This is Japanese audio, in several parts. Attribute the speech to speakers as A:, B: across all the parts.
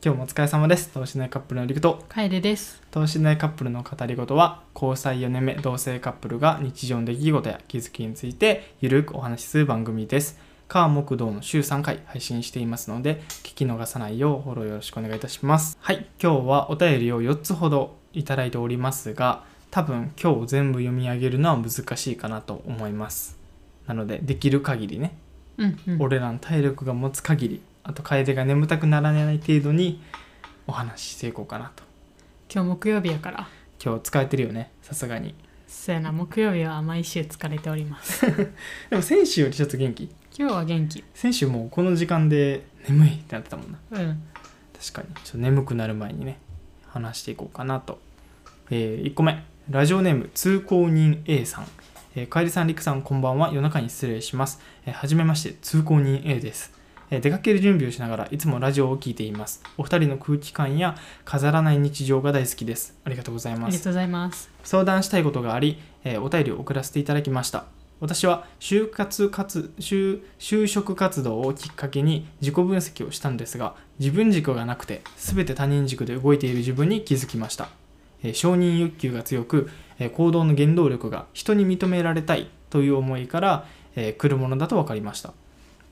A: 今日もお疲れ様です等身大カップルのりくと
B: カエレです。
A: 等身大カップルの語り事は交際4年目同性カップルが日常の出来事や気づきについてゆるくお話しする番組です火木道の週3回配信していますので聞き逃さないようフォローよろしくお願いいたしますはい今日はお便りを4つほどいただいておりますが多分今日全部読み上げるのは難しいかなと思いますなのでできる限りね
B: うん、うん。
A: 俺らの体力が持つ限りあと楓が眠たくならない程度にお話ししていこうかなと
B: 今日木曜日やから。
A: 今日疲れてるよねさすがに
B: そやな、木曜日は毎週疲れております。
A: でも先週よりちょっと元気
B: 今日は元気。
A: 先週もうこの時間で眠いってなってたもんな
B: うん。
A: 確かにちょっと眠くなる前にね話していこうかなと、え1個目ラジオネーム通行人 A さんえー、かえりさん、りくさん、こんばんは。夜中に失礼します。えーはじめまして、通行人 A です、えー出かける準備をしながらいつもラジオを聞いています。お二人の空気感や飾らない日常が大好きです。ありがとうござい
B: あ
A: ま
B: りが
A: す
B: と。うございます。
A: 相談したいことがあり、えーお便りを送らせていただきました私は就活活就就職活動をきっかけに自己分析をしたんですが自分軸がなくて全て他人軸で動いている自分に気づきました、えー承認欲求が強く、えー行動の原動力が人に認められたいという思いから、えー来るものだと分かりました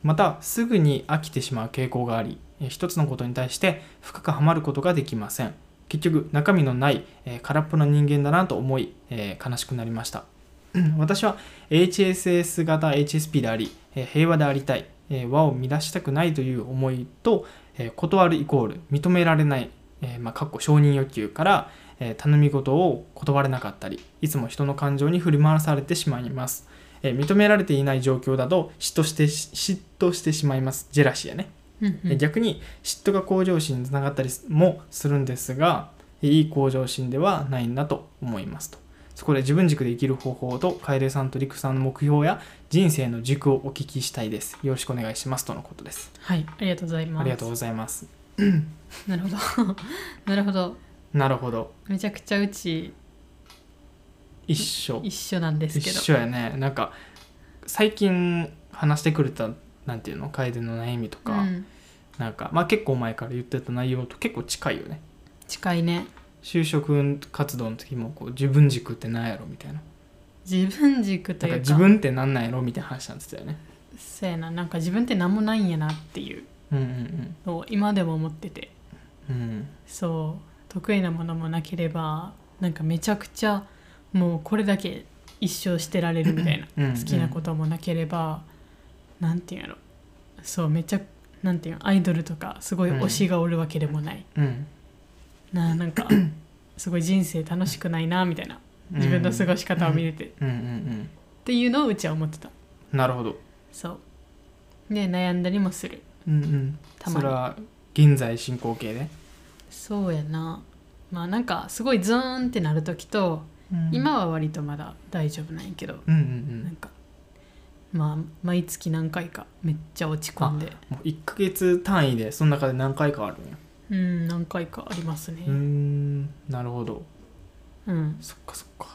A: またすぐに飽きてしまう傾向がありえー一つのことに対して深くハマることができません結局中身のない、えー空っぽな人間だなと思い、えー悲しくなりました 私は HSS 型 HSP であり、えー平和でありたい、えー和を乱したくないという思いと、えー断るイコール認められない、えーまあ、かっこ承認欲求から、えー頼み事を断れなかったりいつも人の感情に振り回されてしまいます、えー認められていない状況だと嫉妬してし嫉妬してしまいますジェラシーやね
B: うん、う
A: え
B: ん。
A: 逆に嫉妬が向上心につながったりもするんですがいい向上心ではないんだと思いますとそこで自分軸で生きる方法と楓さんと陸さんの目標や人生の軸をお聞きしたいですよろしくお願いしますとのことです
B: はい、ありがとうございます。
A: ありがとうございます
B: なるほど。 なるほど。
A: なるほど
B: めちゃくちゃうち
A: 一緒
B: 一緒なんですけ
A: 一
B: ど。
A: 緒やねなんか最近話してくれたなんていうの楓の悩みと
B: う
A: か、
B: ん。
A: なんかまあ結構前から言ってた内容と結構近いよね
B: 近いね。
A: 就職活動の時もこう自分軸って何やろみたいな
B: 自分軸
A: だ
B: とい
A: か
B: う
A: ら
B: か。
A: 自分ってなんなんやろみたいな話なんですよね。
B: そやな、なんか自分って何もないんやなっていう
A: うんうん
B: のを今でも思ってて。
A: うん。うん、
B: そう。得意なものもなければ、なんかめちゃくちゃもうこれだけ一生してられるみたいな。
A: うん
B: 好きなこともなければ、なんていうんやろそうめっちゃなんていうんアイドルとかすごい推しがおるわけでもない、
A: と、うん
B: なな んかすごい人生楽しくないなみたいな自分の過ごし方を見れて、っ
A: うんうんうん
B: ていうのをうちは思ってた
A: うん、なるほど、
B: そうで悩んだりもする
A: うんうん、
B: た
A: それ
B: ま
A: は現在進行形で、
B: にそうやなまあなんかすごいズーンってなる時と、今は割とまだ大丈夫なんやけど
A: うんうんう
B: なん
A: ん
B: かまあ毎月何回かめっちゃ落ち込んで
A: もう1ヶ月単位でその中で何回かあるんや
B: うん何回かありますね
A: うーんなるほど
B: うん
A: そっかそっか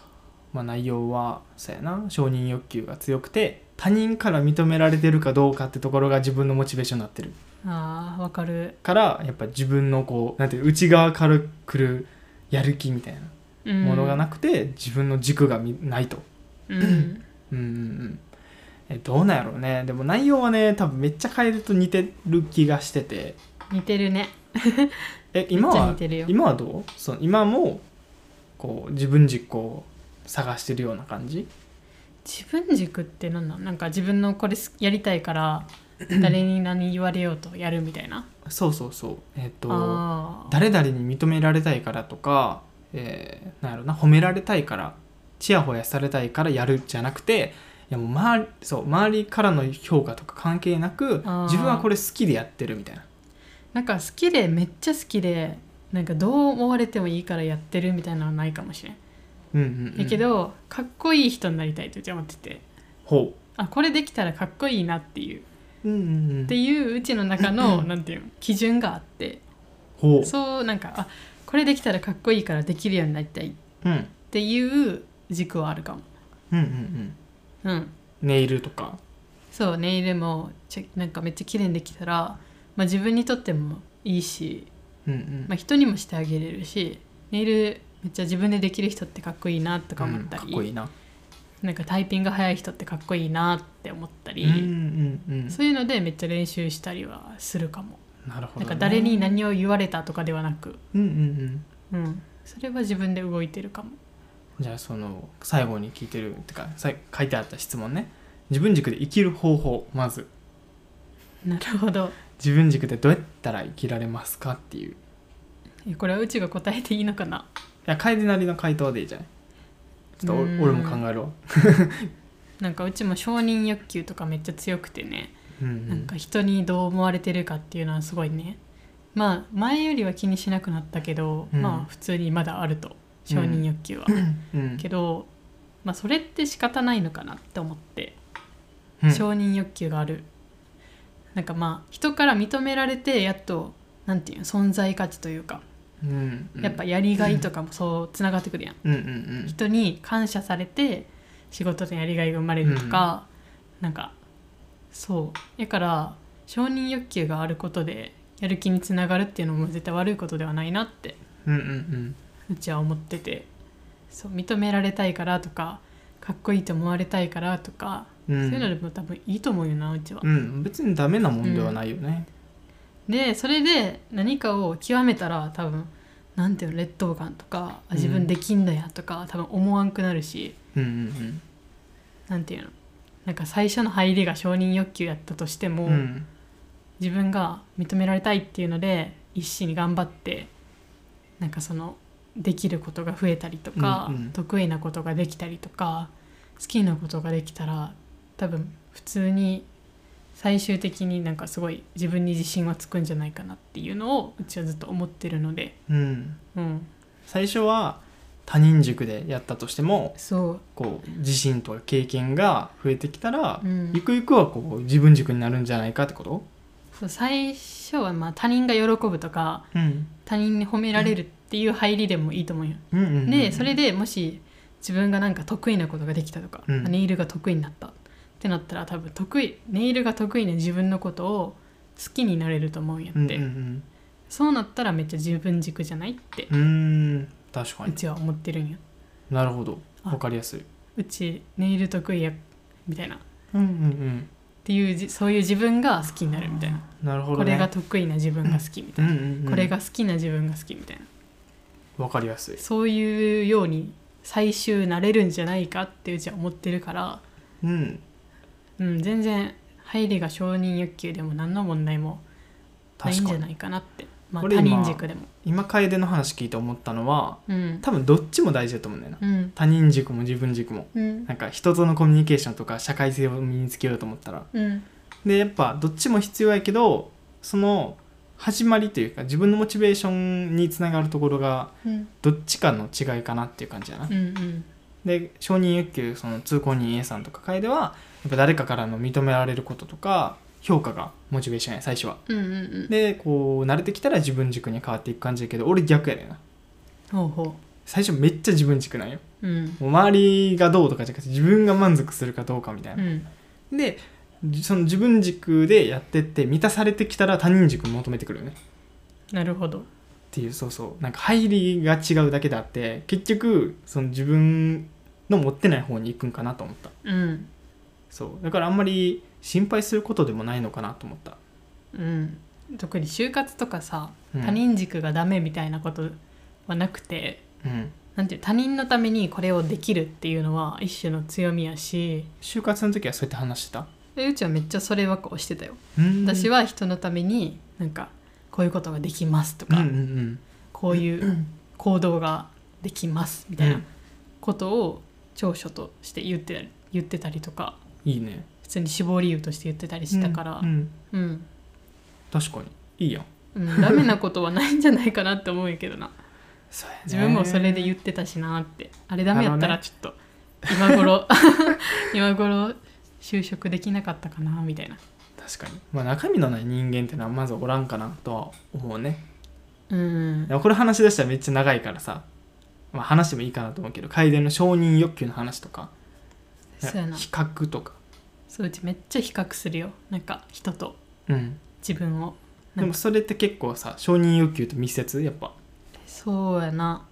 A: まあ内容はそうやな承認欲求が強くて他人から認められてるかどうかってところが自分のモチベーションになってる
B: あーわかる
A: からやっぱ自分のこうなんていう内側から来るやる気みたいなものがな
B: く
A: くて、自分の軸がみないと
B: うん
A: うんうんうんえどうなんやろうねでも内容はね多分めっちゃ楓と似てる気がしてて
B: 似てるね
A: え
B: めっ
A: 今
B: ちゃ
A: は
B: 似てるよ
A: 今はどうそう今もこう自分軸を探してるような感じ
B: 自分軸って何なのなんか自分のこれすやりたい から誰に何言われようとやるみたいな
A: そうそうそうえっ、と
B: あー
A: 誰々に認められたいからとか、えーなんやろな褒められたいからちやほやされたいからやるじゃなくていやもう周りそう周りからの評価とか関係なく
B: あー
A: 自分はこれ好きでやってるみたいな
B: なんか好きでめっちゃ好きでなんかどう思われてもいいからやってるみたいなのはないかもしれん、
A: うんうん、うん、
B: やけどかっこいい人になりたいとうちは思ってて
A: ほ
B: あこれできたらかっこいいなっていう、
A: う、うんうんうん
B: っていううちの中 のなんていうの基準があって
A: ほう
B: そうなんかあこれできたらかっこいいからできるようになりたい
A: うん、うん
B: っていう軸はあるかも
A: うんうん
B: うん
A: ネイルとか
B: そうネイルもちょなんかめっちゃ綺麗にできたら、まあ、自分にとってもいいし
A: うんうん
B: まあ、人にもしてあげれるしネイルめっちゃ自分でできる人ってかっこいいなとか思ったり、
A: うんかっこいいな
B: なんかタイピング早い人ってかっこいいなって思ったり、
A: うんうんうん
B: そういうのでめっちゃ練習したりはするかも、
A: なるほど、
B: なん
A: ね、
B: か誰に何を言われたとかではなく、
A: うんうんうん
B: うん、それは自分で動いてるかも
A: じゃあその最後に聞いてるってかさい書いてあった質問ね自分軸で生きる方法まず
B: なるほど
A: 自分軸でどうやったら生きられますかっていうい
B: えこれはうちが答えていいのかな
A: や楓なりの回答でいいじゃないちょっとお
B: うん
A: 俺も考えろ、
B: なんかうちも承認欲求とかめっちゃ強くてね、
A: うんう
B: なんか人にどう思われてるかっていうのはすごいねまあ前よりは気にしなくなったけど、
A: うん
B: まあ普通にまだあると承認欲求は、
A: うん
B: けど、まあ、それって仕方ないのかなって思って、
A: うん
B: 承認欲求があるなんかまあ人から認められてやっとなんていうの存在価値というか、
A: うんうん
B: やっぱやりがいとかもそうつながってくるやん、
A: うんうんうん
B: 人に感謝されて仕事でやりがいが生まれるとか、なんかそうだから承認欲求があることでやる気につながるっていうのも絶対悪いことではないなって
A: うんうん
B: うちは思っててそう認められたいからとかかっこいいと思われたいからとか、
A: うんうん
B: そういうのでも多分いいと思うよなうちは。
A: うん別にダメなもんではないよね、
B: でそれで何かを極めたら多分なんていうの劣等感とかあ自分できんだやとか、多分思わんくなるし
A: うん、うん
B: なんていうのなんか最初の入りが承認欲求やったとして
A: う
B: も、
A: んうん
B: 自分が認められたいっていうので一心に頑張ってなんかそのできることが増えたりとか、
A: うんうん
B: 得意なことができたりとか好きなことができたら多分普通に最終的になんかすごい自分に自信はつくんじゃないかなっていうのをうちはずっと思ってるので、
A: うん
B: うん、
A: 最初は他人塾でやったとしても
B: そ
A: こう自信とか経験が増えてきたら
B: う、う、ん
A: ゆくゆくはこう自分軸になるんじゃないかってこと
B: そう最初はまあ他人が喜ぶとか
A: うん
B: 他人に褒められるっていう入りでもいいと思うよ。
A: うんうんうん
B: でそれでもし自分がなんか得意なことができたとか、
A: うん
B: ネイルが得意になったってなったら多分得意ネイルが得意な自分のことを好きになれると思うんやって、
A: うんうん
B: そうなったらめっちゃ自分軸じゃないって
A: うん、うーん確か
B: う
A: に
B: ちは思ってるんや
A: なるほど
B: あ
A: わかりやすいう
B: ちネイル得意やみたいなっ
A: うんうん
B: ていうじそういう自分が好きになるみたいな、
A: うんなるほど、ね、
B: これが得意な自分が好きみた
A: う
B: い
A: ん
B: な、
A: うんうん
B: これが好きな自分が好きみたいな
A: わかりやすい
B: そういうように最終なれるんじゃないかってうちは思ってるから
A: うん
B: うん、全然入りが承認欲求でも何の問題もな
A: 確
B: いんじ
A: か
B: ゃ
A: に
B: ないかなってまあ
A: これ
B: 他
A: 今
B: 人軸でも
A: 今楓の話聞いて思ったのは
B: うん
A: 多分どっちも大事だと思うんだよな
B: うん
A: 他人軸も自分軸も
B: うん
A: なんか人とのコミュニケーションとか社会性を身につけようと思ったら
B: うん
A: でやっぱどっちも必要やけどその始まりというか自分のモチベーションにつながるところが
B: うん
A: どっちかの違いかなっていう感じやな、
B: うん
A: で承認欲求その通行人 A さんとか会ではやっぱ誰かからの認められることとか評価がモチベーションや最初は
B: うんうん
A: でこう慣れてきたら自分軸に変わっていく感じやけど俺逆やねんな
B: ほうほ
A: 最初めっちゃ自分軸なんよ
B: ううん
A: もう周りがどうとかじゃなくて自分が満足するかどうかみたいな
B: うん
A: でじその自分軸でやってって満たされてきたら他人軸求めてくるよねっ
B: なるほど
A: ていうそうそうなんか入りが違うだけであって結局その自分の持ってない方に行くんかなと思った
B: うん
A: そうだからあんまり心配することでもないのかなと思った、
B: うん特に就活とかさ
A: うん、
B: 他人軸がダメみたいなことはなくて
A: うん
B: なんていう他人のためにこれをできるっていうのは一種の強みやし
A: 就活の時はそうやって話してた
B: でうちはめっちゃそれはこうしてたよ私
A: 私は
B: は人のためになんかこういうことができますと
A: うん
B: か、
A: うんうん
B: こういう行動ができますみたいなことを長所として言ってたり言ってたりとか
A: いいね
B: 普通に志望理由として言ってたりしたから、
A: うんうん
B: うん
A: 確かにいいやん
B: うんダメなことはないんじゃないかなって思うんやけ どな
A: そうやね
B: 自分もそれで言ってたしなってあれダメやったらちょっと今頃 今頃就職できなかったかなみたいな、
A: 確かに、まあ、中身のない人間ってのはまずおらんかなとは思うね
B: うん
A: で、もこれ話し出したらめっちゃ長いからさ、まあ、話してもいいかなと思うけど楓の承認欲求の話とか
B: そうやな
A: 比較とか
B: そううちめっちゃ比較するよなんか人と
A: うん
B: 自分を
A: でもそれって結構さ承認欲求と密接やっぱ
B: そうやな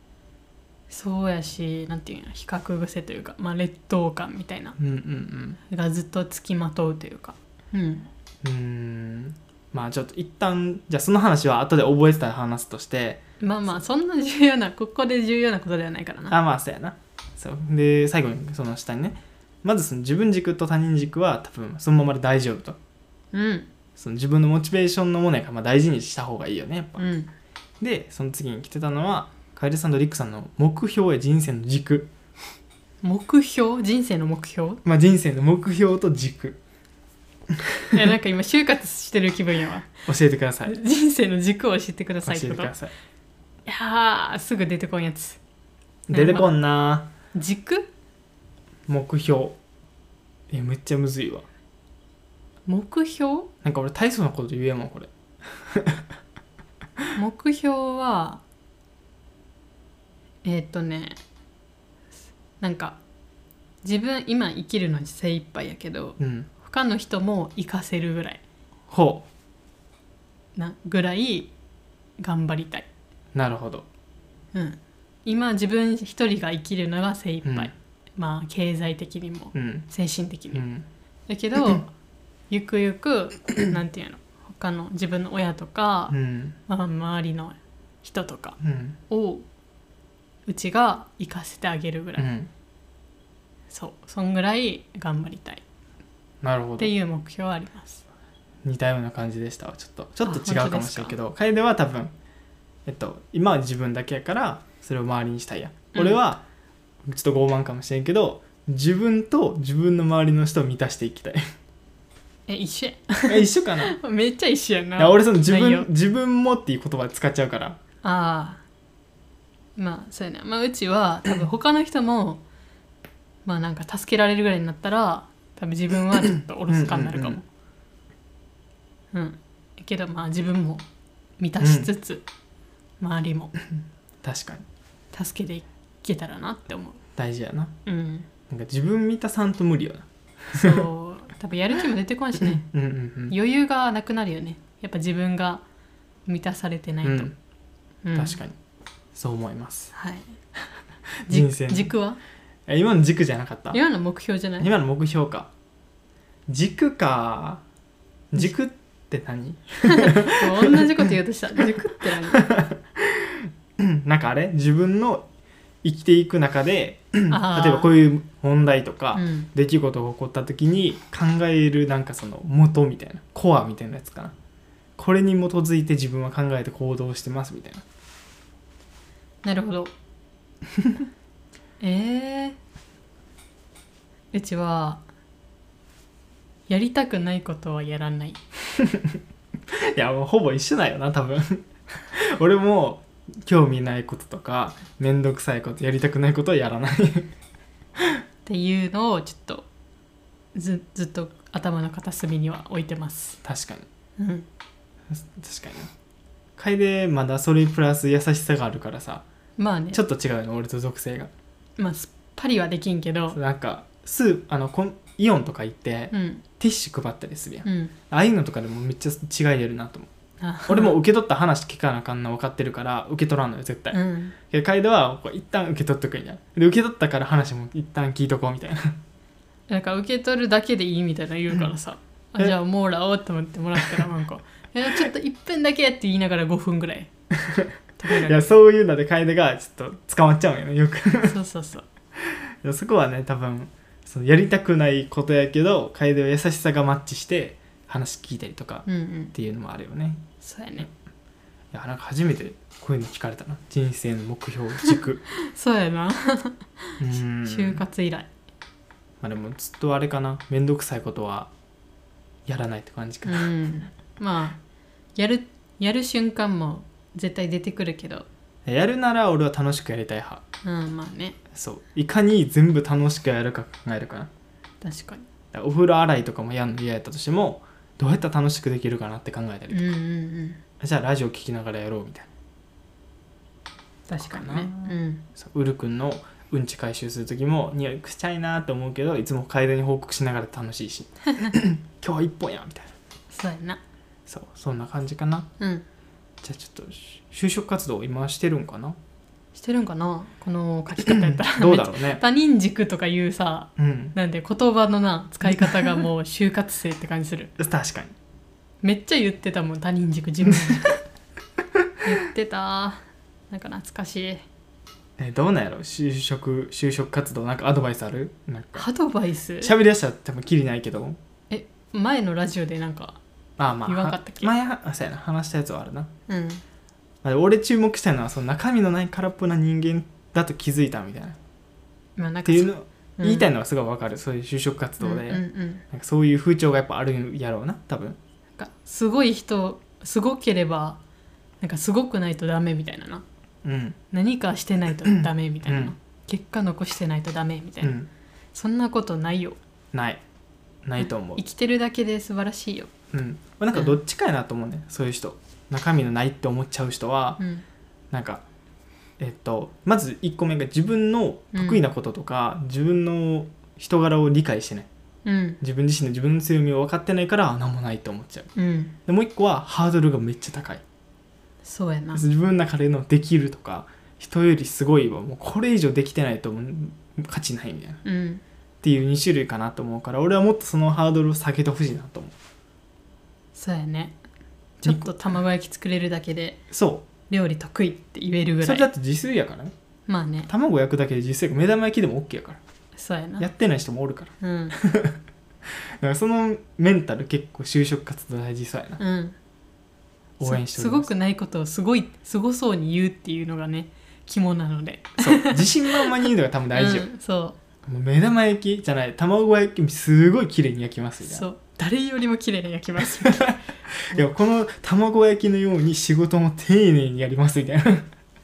B: そうやしなんていうの比較癖というか、まあ、劣等感みたいな
A: うんうん
B: がずっとつきまとうというかうん
A: うんうーんまあちょっと一旦じゃあその話は後で覚えてたら話すとして
B: まあまあそんな重要なここで重要なことではないからな
A: あまあそうやなそうで最後にその下にねまずその自分軸と他人軸は多分そのままで大丈夫と
B: うん
A: その自分のモチベーションのものやからまあ大事にした方がいいよねやっぱ、
B: うん
A: でその次に来てたのはカエルさんとリックさんの目標や人生の軸
B: 目標人生の目標
A: まあ人生の目標と軸
B: いやなんか今就活してる気分やわ、
A: 教えてください教
B: 人生の軸を教えてください
A: え
B: ってて
A: く
B: ことい
A: ださい
B: やーすぐ出てこんやつ
A: 出てこんな
B: 軸
A: 目標えめっちゃむずいわ
B: 目標
A: なんか俺大層なこと言えんもんこれ
B: 目標はえーっ、とねなんか自分今生きるのに精一杯やけど
A: うん
B: 他の人も生かせるぐらい
A: ほ
B: なぐらい頑張りたい、
A: うなるほど
B: うん、今自分一人が生きるのが精一杯、
A: うん
B: まあ経済的にも
A: うん
B: 精神的に
A: う
B: も、
A: ん
B: だけど ゆくゆくなんていうの他の自分の親とか
A: う、ん
B: まあ、周りの人とか
A: うん
B: をうちが生かせてあげるぐら
A: う
B: い、
A: ん
B: そうそんぐらい頑張りたい
A: なるほ
B: って
A: ど
B: いう目標はあります
A: 似たような感じでしたわちょっとちょっと違
B: あ
A: うか
B: 本当で
A: も
B: す
A: し
B: か
A: れんけど楓は多分えっと今は自分だけやからそれを周りにしたいやん、
B: うん
A: 俺はちょっと傲慢かもしれんけど自分と自分の周りの人を満たしていきたい
B: え一緒
A: え一緒か な
B: や めっちゃ一緒やない
A: や俺その自
B: 内容
A: 分自分もっていう言葉使っちゃうから
B: ああまあそうやな、まあ、うちは多分他の人もまあなんか助けられるぐらいになったら多分自分はちょっとおろそかになるかもうんけどまあ自分も満たしつつ、周りも
A: 確かに
B: 助けていけたらなって思
A: 大事やな
B: ううん
A: なんか自分満たさんと無理よな
B: そう多分やる気も出てこないしね
A: うんうん
B: 余裕がなくなるよねやっぱ自分が満たされてない
A: うん、う
B: と、
A: ん、
B: うん
A: 確かにそう思います
B: はいじ
A: 人生の
B: 軸は
A: え今の軸じゃなかった
B: 今の目標じゃない
A: 今の目標か軸か軸って何
B: もう同じこと言おうとした 塾って
A: うんなんかあれ自分の生きていく中で
B: 何
A: 例えばこ
B: いう
A: いう問題とか、
B: ん、
A: 出来事が起こった時に考えるなんかその元みたいなコアみたいなやつかなこれに基づいて自分は考えて行動してますみたいな
B: なる ほどえー、うちはやりたくないことはやらない
A: いやもうほぼ一緒だよな多分 俺も興味ないこととか面倒くさいことやりたくないことはやらない
B: っていうのをちょっとずずっと頭の片隅には置いてます、
A: 確かに
B: う
A: 確
B: ん、
A: かに楓まだそれプラス優しさがあるからさ
B: まあね
A: ちょっと違うの俺と属性が
B: まあすっぱりはできんけど
A: なんかスーあのコンイオンとか行って
B: うん
A: ティッシュ配ったりするやん
B: うん
A: ああいうのとかでもめっちゃ違い出るなと思う
B: あ
A: 俺も受け取った話聞かなあかんの分かってるから受け取らんのよ絶対、
B: うん
A: で楓はこう一旦受け取っとくんやで受け取ったから話も一旦聞いとこうみたいな
B: なんか受け取るだけでいいみたいな言うからさ、
A: うん
B: あじゃあもうらおうと思ってもらったらなんか「えちょっと1分だけ」って言いながら5分ぐらい食べら
A: いや
B: れる
A: そういうので楓がちょっと捕まっちゃうんよねよく
B: そうそうそう
A: でそこはね多分そのやりたくないことやけど楓は優しさがマッチして話聞いたりとか
B: うんう
A: っ
B: ん
A: ていうのもあるよね
B: そうやね
A: いやなんか初めてこういうの聞かれたな人生の目標軸
B: そうやな
A: う
B: 就
A: ん
B: 活以来
A: まあでもずっとあれかな面倒くさいことはやらないって感じか
B: う
A: な、
B: んまあやるやる瞬間も絶対出てくるけど
A: やるなら俺は楽しくやりたい派
B: うんまあね
A: そういかに全部楽しくやるか考えるかなだか
B: 確かに
A: らお風呂洗いとかもやんの嫌やったとしてもどうやったら楽しくできるかなって考えた
B: う
A: りとか、
B: んうんうん
A: じゃあラジオ聞きながらやろうみたいな
B: 確かにねうん
A: そうウル君のうんち回収する時も匂いくしたいなと思うけどいつも楓に報告しながら楽しいし今日は一本やみたいな
B: そうやな
A: そうそんな感じかな
B: うん
A: じゃあちょっとし就職活動を今してるんかな
B: してるんかなこの書き方やったら
A: どうだ
B: めっ
A: ろう
B: ちゃ
A: ね
B: 他人軸とかいうさ
A: うん
B: なんで言葉のな使い方がもう就活生って感じす る
A: 確かに
B: めっちゃ言ってたもん他人軸自分軸言ってたなんか懐かしい
A: えどうなんやろ就職就職活動なんかアドバイスあるなんか
B: アドバイス
A: 喋り出したら多分きりないけど
B: 前のラジオでなんか
A: まあまあ
B: 言わんかったっけ
A: 前はあそうやな話したやつはあるな
B: うん
A: あで俺注目したのはその中身のない空っぽな人間だと気づいたみたいなっ
B: まあなん
A: て
B: か
A: いうの、
B: うん
A: 言いたいのはすごいわかるそういう就職活動で、
B: うんうんうん
A: なんかそういう風潮がやっぱあるんやろうな多分
B: なんかすごい人すごければなんかすごくないとダメみたいなな
A: うん
B: 何かしてないとダメみたいなな、
A: うん
B: 結果残してないとダメみたいうな、
A: ん
B: そんなことないよ
A: ないないと思う
B: 生きてるだけで素晴らしいよ、
A: うんまあなんかどっちかやなと思うねそういう人中身のないって思っちゃう人は
B: うん
A: なんかえっとまず1個目が自分の得意なこととか、自分の人柄を理解してない
B: うん
A: 自分自身の自分の強みを分かってないから何もないと思っちゃう
B: うん、
A: でもう1個はハードルがめっちゃ高い
B: そうやな
A: 自分の中でのできるとか人よりすごいはもうこれ以上できてないともう価値ないみたいなっ
B: うん
A: ていう2種類かなと思うから俺はもっとそのハードルを下げてほしいなと思う
B: そうやねちょっと卵焼き作れるだけで
A: そ
B: 料理得意って言える
A: う
B: ぐ
A: そ
B: ら
A: れだ
B: い
A: って自炊やからね
B: まあね
A: 卵焼くだけで自炊やから目玉焼きでも OK やから
B: そうやな
A: やってない人もおるから
B: うん
A: だからそのメンタル結構就職活動大事そうやな
B: うん
A: 応援してお
B: す
A: りま
B: ご
A: す
B: くないことをすごいすごそうに言うっていうのがね肝なので
A: そう自信満々に言うのが多分大事よ、
B: うんそう
A: もう目玉焼きじゃない卵焼きすごい綺麗に焼きますみたい
B: そ
A: な
B: う誰よりも綺麗に焼きます
A: いやこの卵焼きのように仕事も丁寧にやりますみたいな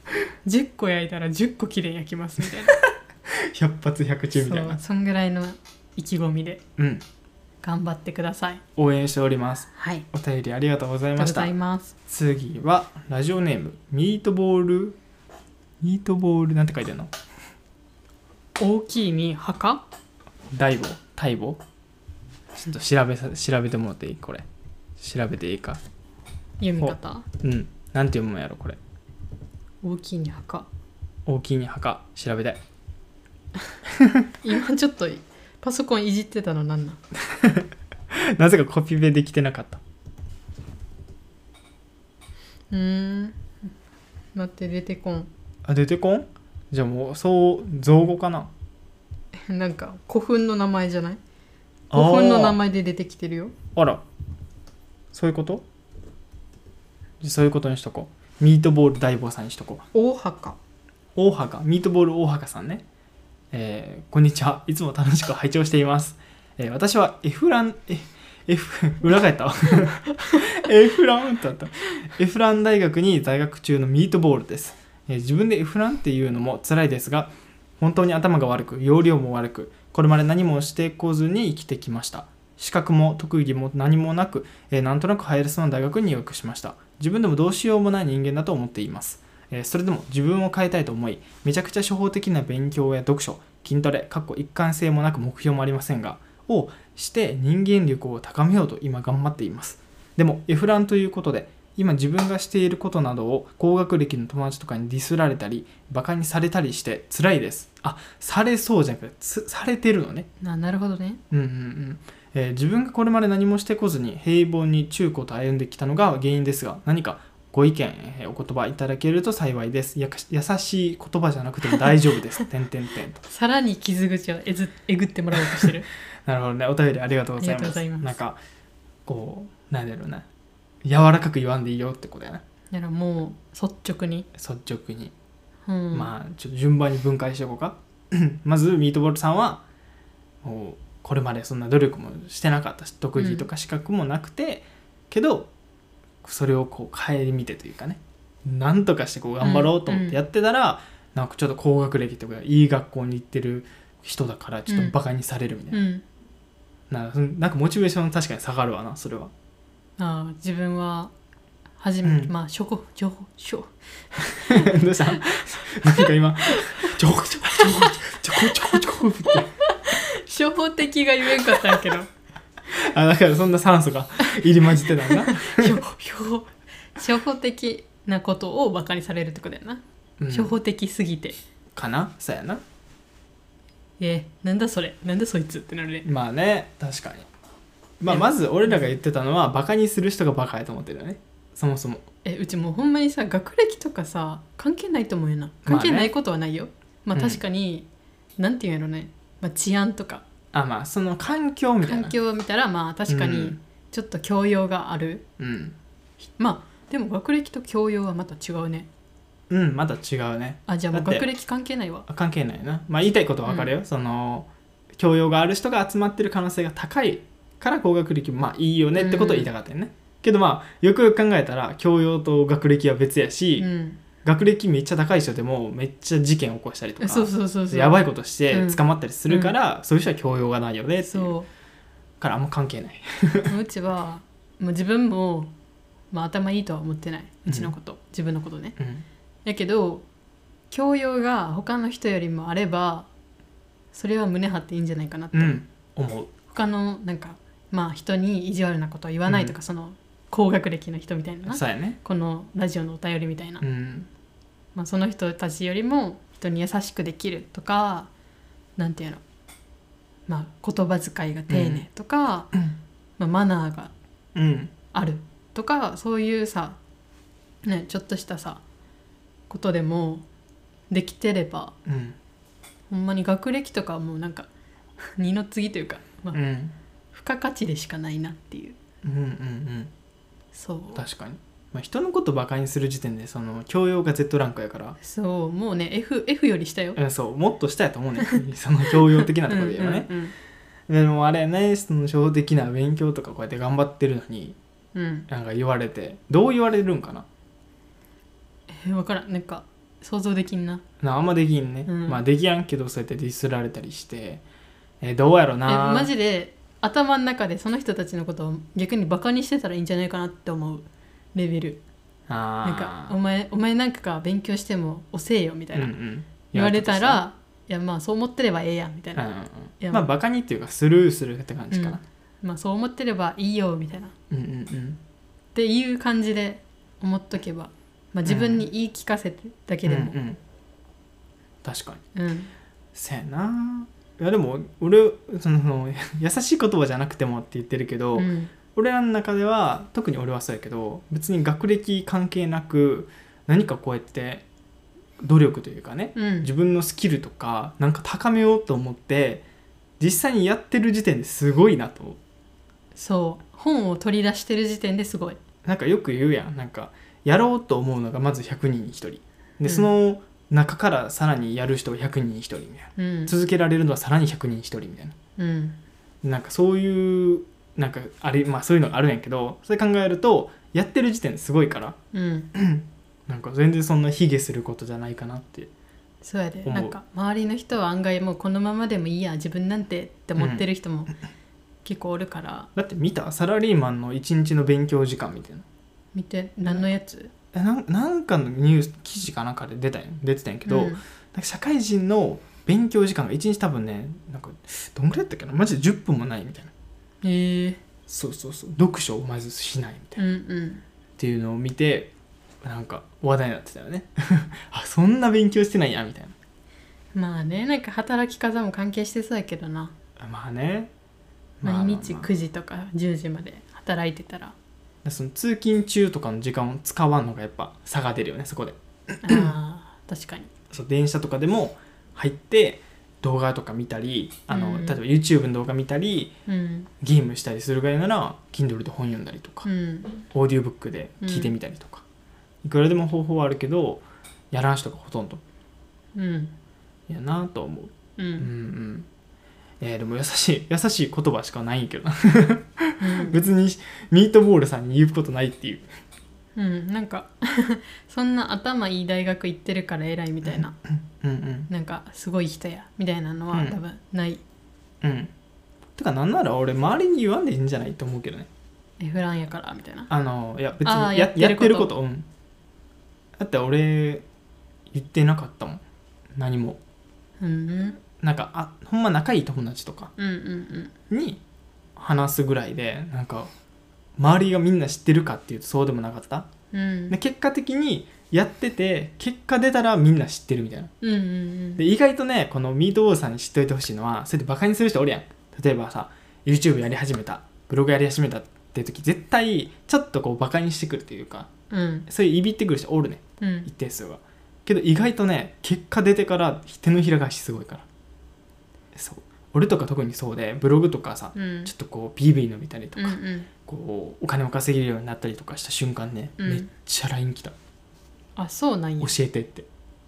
B: 10個焼いたら10個綺麗に焼きますみたい
A: 百発百中みたい
B: な
A: な
B: そうそんぐらいの意気込みで
A: うん
B: 頑張ってください
A: 応援しております
B: はい
A: お便りありがとうござ
B: あ
A: い
B: りが
A: まし
B: とうご
A: た
B: ざいます
A: 次はラジオネームミートボールミートボールなんて書いてあるの
B: 大きいに墓
A: 大棒大棒ちょっと調べさ調べてもらっていいこれ調べていいか
B: 読み方
A: うん。なんて読むんやろ、これ。
B: 大きいに墓
A: 大きいに墓、調べたい。
B: 今ちょっとパソコンいじってたのなんなん
A: なぜかコピペできてなかった。
B: うーん待って出てこん
A: あ、出てこんじゃあもう、そう、造語かな。
B: なんか古墳の名前じゃない古墳の名
A: あ
B: 前で出てきてるよ
A: ー。あら。そういうことそういうことにしとこう。ミートボール大坊さんにしとこう。
B: 大墓
A: 大墓、ミートボール大墓さんね。えーこんにちは。いつも楽しく拝聴しています。えー私はエフラン、え、エフ、裏返ったわ。 エフランってあった。エフラン大学に在学中のミートボールです。えー自分でエフランっていうのも辛いですが、本当に頭が悪く、容量も悪く、これまで何もしてこずに生きてきました。資格も特技も何もなく、えーなんとなく入れそうな大学に入学しました。自分でもどうしようもない人間だと思っています。えーそれでも自分を変えたいと思い、めちゃくちゃ初歩的な勉強や読書、筋トレ、かっこ一貫性もなく目標もありませんが、をして人間力を高めようと今頑張っています。でも、エフランということで、今自分がしていることなどを高学歴の友達とかにディスられたり、バカにされたりして辛いです。あ、されそうじゃなくて、つされてるのね。
B: ななるほどね
A: うんうんうんえー自分がこれまで何もしてこずに平凡に中古と歩んできたのが原因ですが何かご意見、えーお言葉いただけると幸いですやかし優しい言葉じゃなくても大丈夫ですてんてんてんと
B: さらに傷口をえずえぐってもらおうと してる
A: なるほどねお便りありがとうございます
B: ありがとうございます
A: なんかこうなんだろうな柔らかく言わんでいいよってことやな
B: ならもう率直に、
A: 率直に、
B: うん、
A: まあちょっと順番に分解していこうか まずミートボールさんはもうこれまでそんな努力もしてなかったし特技とか資格もなくて、けどそれをこう顧みてというかねなんとかしてこう頑張ろうと思ってやってたら、なんかちょっと高学歴とかいい学校に行ってる人だからちょっとバカにされるみたいな,、
B: うん、
A: なんかなんかモチベーション確かに下がるわなそ れは
B: ああ自分は初めて、
A: うん
B: まあ初歩初歩初歩
A: どうしたなんか今ちょこちょこちょこちょこちょこちょこって
B: 初歩的が言えんかったんやけど
A: あだからそんな酸素が入り混じってたんだ、
B: 標標標的なことをバカにされるってことやな、
A: うん
B: 標法的すぎて
A: かなそうやな
B: えなんだそれなんだそいつってなるね
A: まあね確かにまあ
B: でも
A: まず俺らが言ってたのはバカにする人がバカやと思ってるよねそもそも
B: えうちもうほんまにさ学歴とかさ関係ないと思うよな関係
A: まあ
B: な
A: ね
B: いことはないよまあ、
A: うん
B: 確かに、なんていうんやろね、まあ、治安とか
A: あまあその環境みたいな
B: 環境を見たらまあ確か
A: う
B: に
A: ん
B: ちょっと教養がある、
A: うん、
B: まあでも学歴と教養はまた違うね
A: うん、まだ違うね
B: あじゃあもう
A: だって
B: 学歴関係ないわ
A: あ関係ないなまあ言いたいことは分かるよ、その教養がある人が集まってる可能性が高いから高学歴もまあいいよねってことを言いたかったよね、けどまあよくよく考えたら教養と学歴は別やし、
B: うん
A: 学歴めっちゃ高い人でもめっちゃ事件起こしたりとか
B: そうそうそうそう
A: やば
B: い
A: いことして
B: うん
A: 捕まったりするから、そういう人は教養がないよねっていう
B: そう
A: からあんま関係ない
B: うちはもう自分も、まあ、頭いいとは思ってないうちのこと、自分のことね
A: うん
B: やけど教養が他の人よりもあればそれは胸張っていいんじゃないかなって、
A: うん思う
B: 他のなんかまあ人に意地悪なことを言わないとか、その高学歴の人みたいなな
A: そうやね
B: このラジオのお便りみたいな、
A: うん
B: まあ、その人たちよりも人に優しくできるとかなんていうの、まあ、言葉遣いが丁寧とか、まあ、マナーが
A: うん
B: あるとかそういうさ、ね、ちょっとしたさことでもできてれば
A: うん
B: ほんまに学歴とかはもうなんか 二の次というか、まあ
A: うんうん
B: 付加価値でしかないなっていう
A: うんうん
B: そう
A: 確かに、まあ、人のことバカにする時点でその教養が Z ランクやから
B: そうもうね F, F より下よ。
A: うん、そうもっとしたやと思うねん その教養的なところで言えばね
B: うん
A: でもあれねその初歩的な勉強とかこうやって頑張ってるのに
B: うんうんうん
A: なんか言われてどう言われるんかな
B: え分からんなんか想像できんな
A: なあんまできんね、
B: うん
A: まあできやんけどそうやってディスられたりして、えーどうやろ
B: え
A: な
B: マジで頭の中でその人たちのことを逆にバカにしてたらいいんじゃないかなって思うレベル
A: あー
B: なんかお前お前なんかが勉強しても遅えよみたいな、
A: うんうん
B: 言われたらいやまあそう思ってればええやんみたい
A: うんうん
B: な、
A: うん
B: いや
A: まあバカにっていうかスルーするって感じかな、
B: まあそう思ってればいいよみたいなっ
A: うん、うんうん
B: ていう感じで思っとけば、まあ、自分に言い聞かせてだけでも
A: うんうん確かに
B: うん、
A: せやないやでも俺そのその優しい言葉じゃなくてもって言ってるけど、
B: うん
A: 俺らの中では特に俺はそうやけど別に学歴関係なく何かこうやって努力というかね
B: うん
A: 自分のスキルとかなんか高めようと思って実際にやってる時点ですごいなと思う
B: そう本を取り出してる時点ですごい
A: なんかよく言うやんなんかやろうと思うのがまず100人に1人で、
B: うん
A: その中からさらにやる人が100人に1人みたいな
B: うん、
A: 続けられるのはさらに100人1人みたいな
B: うん、
A: なんかそういうなんかあれまあそういうのがあるんやけどそれ考えるとやってる時点ですごいから
B: うん、
A: なんか全然そんな卑下することじゃないかなって
B: そうやで
A: 思う
B: なんか周りの人は案外もうこのままでもいいや自分なんてって思ってる人も結構おるから、
A: だって見たサラリーマンの一日の勉強時間みたいな
B: 見て何のやつ
A: えなんなんかのニュース記事かなんかで出たんよ出てたんやけど、
B: うん
A: なんか社会人の勉強時間が一日多分ねなんかどんぐらいやったっけなマジで10分もないみたいな
B: えー
A: そうそうそう読書をまずしないみたいな、
B: うん
A: っ
B: うん
A: ていうのを見てなんか話題になってたよね あそんな勉強してないやみたいな
B: まあねなんか働き方も関係してそうやけどな
A: あまあねまあまあ
B: 毎
A: まあ
B: 日9時とか10時まで働い てたら
A: その通勤中とかの時間を使わんのがやっぱ差が出るよねそこで
B: あー確かに
A: そう電車とかでも入って動画とか見たりあの、
B: うん
A: 例えば YouTube の動画見たり
B: うん
A: ゲームしたりするぐらいなら Kindle で本読んだりとか、
B: うん
A: オーディオブックで聞いてみたりとか、いくらでも方法はあるけどやらん人がほとんど
B: うん
A: やなと思う、う
B: う
A: ん、うん
B: ん
A: えーでも優しい優しい言葉しかないんやけどな
B: うん
A: 別にミートボールさんに言うことないっていう
B: うんなんか そんな頭いい大学行ってるから偉いみたいな
A: うんうん
B: なんかすごい人やみたいなのは
A: うん
B: 多分ない、
A: うんてかなんなら俺周りに言わんでいいんじゃないと思うけどね
B: エフランやからみたいな
A: あのいや別に
B: あ
A: や
B: ー
A: や
B: や
A: っ
B: ってて
A: る
B: る
A: こと
B: こ
A: う
B: と
A: ん、だって俺言ってなかったもん何も
B: うんうん
A: なんかあほんま仲いい友達とか
B: うんうん
A: に話すぐらいでなんか周りがみんな知ってるかっていうとそうでもなかった
B: うん
A: で結果的にやってて結果出たらみんな知ってるみたいな
B: うんうん
A: で意外とねこのミートウォーさんに知っといてほしいのはそうやってバカにする人おるやん例えばさ YouTube やり始めたブログやり始めたって時絶対ちょっとこうバカにしてくるというか
B: うん
A: そういういびってくる人おるね
B: うん
A: 一定数はけど意外とね結果出てから手のひら返しすごいからそう俺とか特にそうでブログとかさ
B: うん
A: ちょっとこう PV 伸びたりと
B: うん
A: か、
B: うん
A: こうお金を稼げるようになったりとかした瞬間ね、
B: うん
A: めっちゃ LINE 来た
B: あそうなんや
A: 教えてって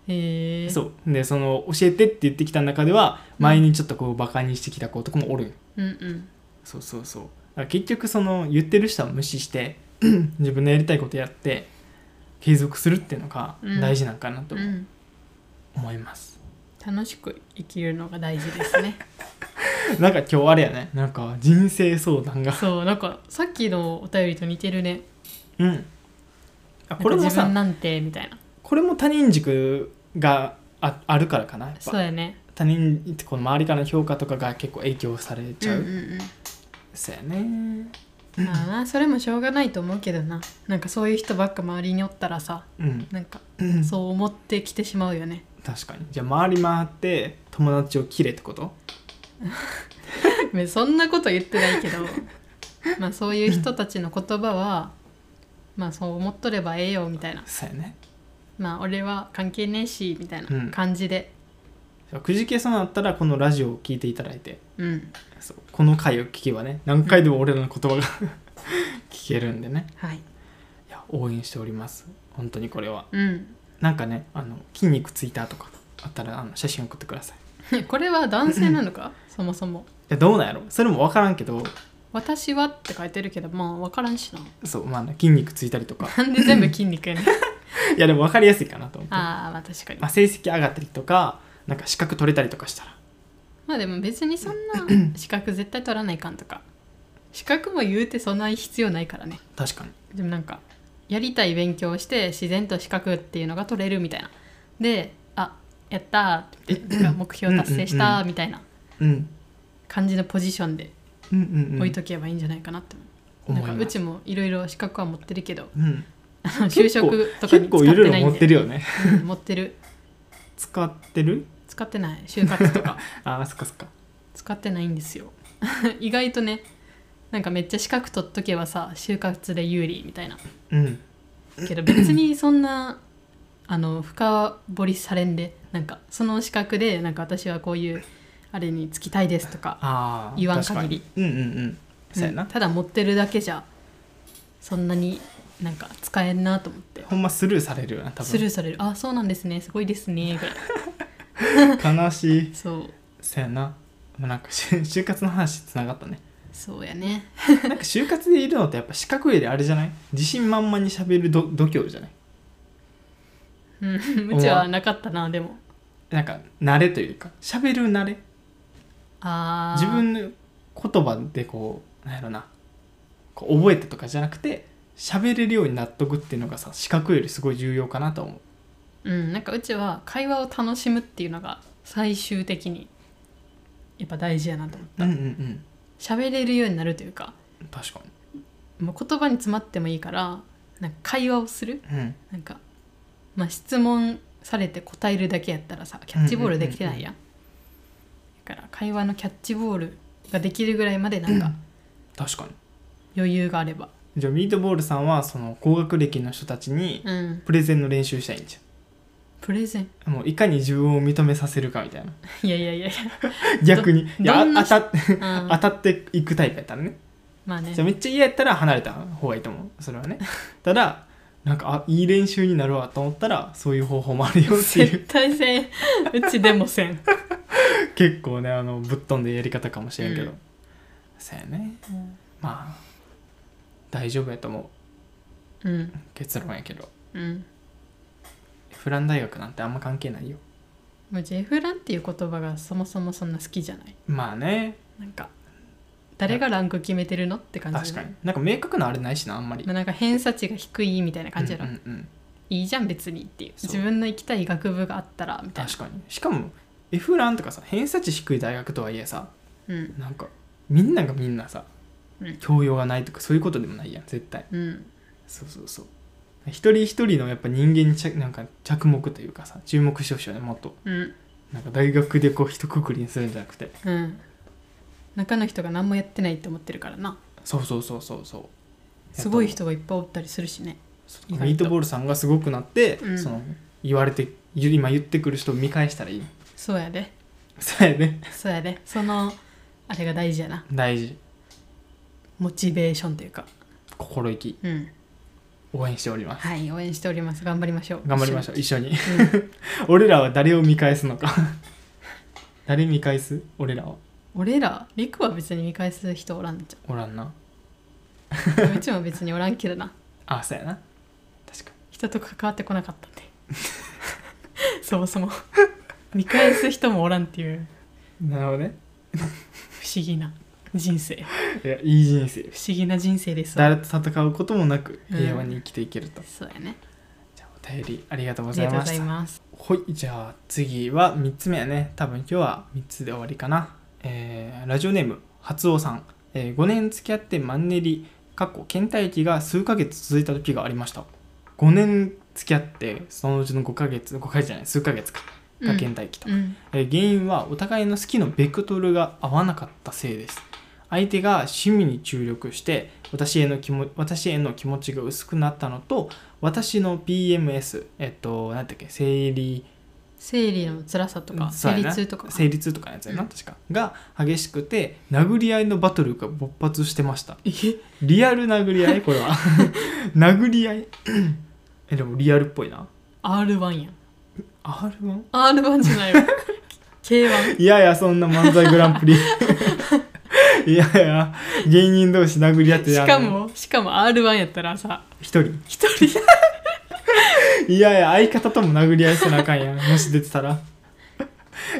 B: へえ
A: そうでその教えてって言ってきた中では
B: うん
A: 前にちょっとこうバカにしてきた子とかもおるんよ
B: うんうん
A: そうそうそうだから結局その言ってる人は無視して 自分のやりたいことやって継続するっていうのが
B: うん
A: 大事なんかなと
B: うん
A: 思います、
B: 楽しく生きるのが大事です ね
A: なんか今日あれやねなんか人生相談が
B: そうなんかさっきのお便りと似てるね
A: うんあ
B: なん
A: こ
B: か
A: れも
B: 自分
A: さ
B: なんてみたいな
A: これも他人軸がああるからかなやっ
B: そう
A: ぱ
B: やね
A: 他人ってこの周りからの評価とかが結構影響されちゃう、
B: んうん
A: そうやね
B: うんまあなそれもしょうがないと思うけどななんかそういう人ばっか周りにおったらさ
A: うん
B: なんかそう思ってきてしまうよね
A: 確かにじゃあ回り回って友達を切れってこと
B: ねそんなこと言ってない けどまあそういう人たちの言葉はまあそう思っとればええよみたいな
A: そうやね
B: まあ俺は関係ねえしみたい
A: うん
B: な感じで
A: じゃあくじけそうになったらこのラジオを聞いていただいて
B: うん
A: そうこの回を聞けばね何回でも俺らの言葉が 聞けるんでね
B: はい
A: いや応援しております本当にこれは
B: うん
A: なんかねあの筋肉ついたとかあったらあの写真送ってくださいい
B: これは男性なのか そもそも
A: やどうなんやろそれも分からんけど
B: 「私は」って書いてるけどまあ分からんしな
A: そうまあね筋肉ついたりとか
B: なんで全部筋肉や ねん
A: いやでも分かりやすいかなと思って
B: ああまあ確かに
A: まあ、成績上がったりとかなんか資格取れたりとかしたら
B: まあでも別にそんな 資格絶対取らないかんとか資格も言うてそんな必要ないからね
A: 確かに
B: でもなんかやりたい勉強をして自然と資格っていうのが取れるみたいなであやったーってなんか目標達成した
A: うんうんう
B: ーみたいな
A: うん
B: 感じのポジションで
A: うんうんうん
B: 置いとけばいいんじゃないかなって思
A: 思
B: う、
A: いま
B: なん
A: す
B: かうちもいろいろ資格は持ってるけ ど
A: うん
B: 就職と
A: 結
B: かに使っ
A: 構いろ
B: て
A: い
B: な
A: ろ
B: いん
A: 持って
B: で
A: るよね
B: うん持ってる
A: 使ってる
B: 使ってない就活とか
A: あーそっかそっか
B: 使ってないんですよ 意外とねなんかめっちゃ資格取っとけばさ就活で有利みたいな
A: うん
B: けど別にそんなあの深掘りされんでなんかその資格でなんか私はこういうあれにつきたいですとか、
A: ああ
B: 言わん限り
A: うんうんうんそうやな、
B: うんただ持ってるだけじゃそんなになんか使えんなと思って
A: ほんまスルーされるよな多
B: スル
A: 分
B: ーされる「あそうなんですねすごいですね」ぐらい
A: 悲しい
B: そう
A: そうやなまあなんかし 就活の話つながった ね
B: そうやね
A: なんか就活でいるのってやっぱ資格よりあれじゃない自信満々にしゃべるど度胸じゃない
B: うんうちはなかったなでも
A: なんか慣れというかしゃべる慣れ
B: あー
A: 自分の言葉でこうなんやろなこう覚えてとかじゃなくて喋れるように納得っていうのがさ資格よりすごい重要かなと思う
B: うんなんかうちは会話を楽しむっていうのが最終的にやっぱ大事やなと思った
A: うんうん
B: 喋れるようになるというか
A: うん確か
B: もう言葉に詰まってもいいからなんか会話をする
A: にうん
B: なんか、まあ、質問されて答えるだけやったらさキャッチボールできてないやん,、だから会話のキャッチボールができるぐらいまでなんか
A: 確かに
B: 余裕があれば
A: じゃあミートボールさんはその高学歴の人たちに
B: うん
A: プレゼンの練習したいんじ
B: プレゼン
A: ゃんもういかに自分を認めさせるかみたいな
B: いやいやいやい
A: 逆にいやあ
B: どんな
A: 当たっ
B: や、う
A: 当
B: ん、
A: たっていくタイプやったらね
B: ま あね
A: じゃあめっちゃ嫌やったら離れた方がいいと思うそれはねただなんかあいい練習になるわと思ったらそういう方法もあるよって いう
B: 絶対せんうちでもせん
A: 結構ねあのぶっ飛んでやり方かもしれんけど、
B: うん
A: そうやねまあ大丈夫やと思
B: うん
A: う結論やけど
B: うん
A: フラン大学なんてあんま関係ないよ
B: もうジェフランっていう言葉がそもそもそんな好きじゃない
A: まあね
B: なんか誰がランク決めてるのって感じ
A: 確かになんか明確なあれないしなあんまり
B: まあ、なんか偏差値が低いみたいな感じやろ、
A: うんうんうん
B: いいじゃん別にっていう
A: そう
B: 自分の行きたい学部があったらみたいな
A: 確かにしかも F ランとかさ偏差値低い大学とはいえさ
B: うん
A: なんかみんながみんなさ
B: うん
A: 教養がないとかそういうことでもないやん絶対
B: うん
A: そうそうそう一人一人のやっぱ人間に着なんか着目というかさ注目してほしいよねもっと
B: うん
A: なんか大学でこう一括りにするんじゃなくて
B: うん中の人が何もやってないって思ってるからな
A: そうそうそうそうそう
B: すごい人がいっぱいおったりするしね
A: そう
B: 意外と
A: ミートボールさんがすごくなって、
B: うん
A: その言われてゆ今言ってくる人を見返したらいい
B: そうやで
A: そうやね
B: そうやでそのあれが大事やな
A: 大事
B: モチベーションというか
A: 心意気
B: うん
A: 応援しております
B: はい応援しております頑張りましょう
A: 頑張りましょう一緒に
B: 一緒にうん
A: 俺らは誰を見返すのか 誰見返す俺らは
B: 俺らリクは別に見返す人おらんじ
A: おらんな
B: ゃんうちも別におらんけどな
A: あそうやな確か
B: 人と関わってこなかったんで そもそも 見返す人もおらんっていう
A: になるほどね
B: 不思議な人生
A: いやいい人生
B: 不思議な人生ですわ
A: 誰と戦うこともなく
B: うん
A: 平和に生きていけると、
B: そうやね
A: じゃあお便りありがとうご
B: あ
A: ざ
B: り
A: い
B: がと
A: ま
B: うござ
A: し
B: い
A: た
B: ます
A: ほいじゃあ次は3つ目やね多分今日は3つで終わりかな、えーラジオネーム初尾さん、え5年付き合ってマンネリかっこ倦怠期が数ヶ月続いた時がありました5年付き合ってそのうちの5ヶ月5ヶ月じゃない数ヶ月かが倦怠期と、
B: うん
A: えー原因はお互いの好きのベクトルが合わなかったせいです相手が趣味に注力して私への気も私への気持ちが薄くなったのと私の PMS えっと何だっけ生理
B: 生理の辛さとか
A: そう
B: 生
A: や
B: 理
A: な
B: 痛とか
A: 生理痛とかのやつやな、
B: うん
A: 確かが激しくて殴り合いのバトルが勃発してました
B: え
A: リアル殴り合いこ れは殴り合いえでもリアルっぽいな
B: R1 やん
A: R1?
B: R1 じ ゃないわ K1
A: いやいや、そんな漫才グラ ンプリ。いやいや、芸人同士殴り合って
B: し
A: あの
B: かもしかも R1 やったらさ
A: 一人。一人 いやいや、相方とも殴り合いせなあか んやん。もし出てたら。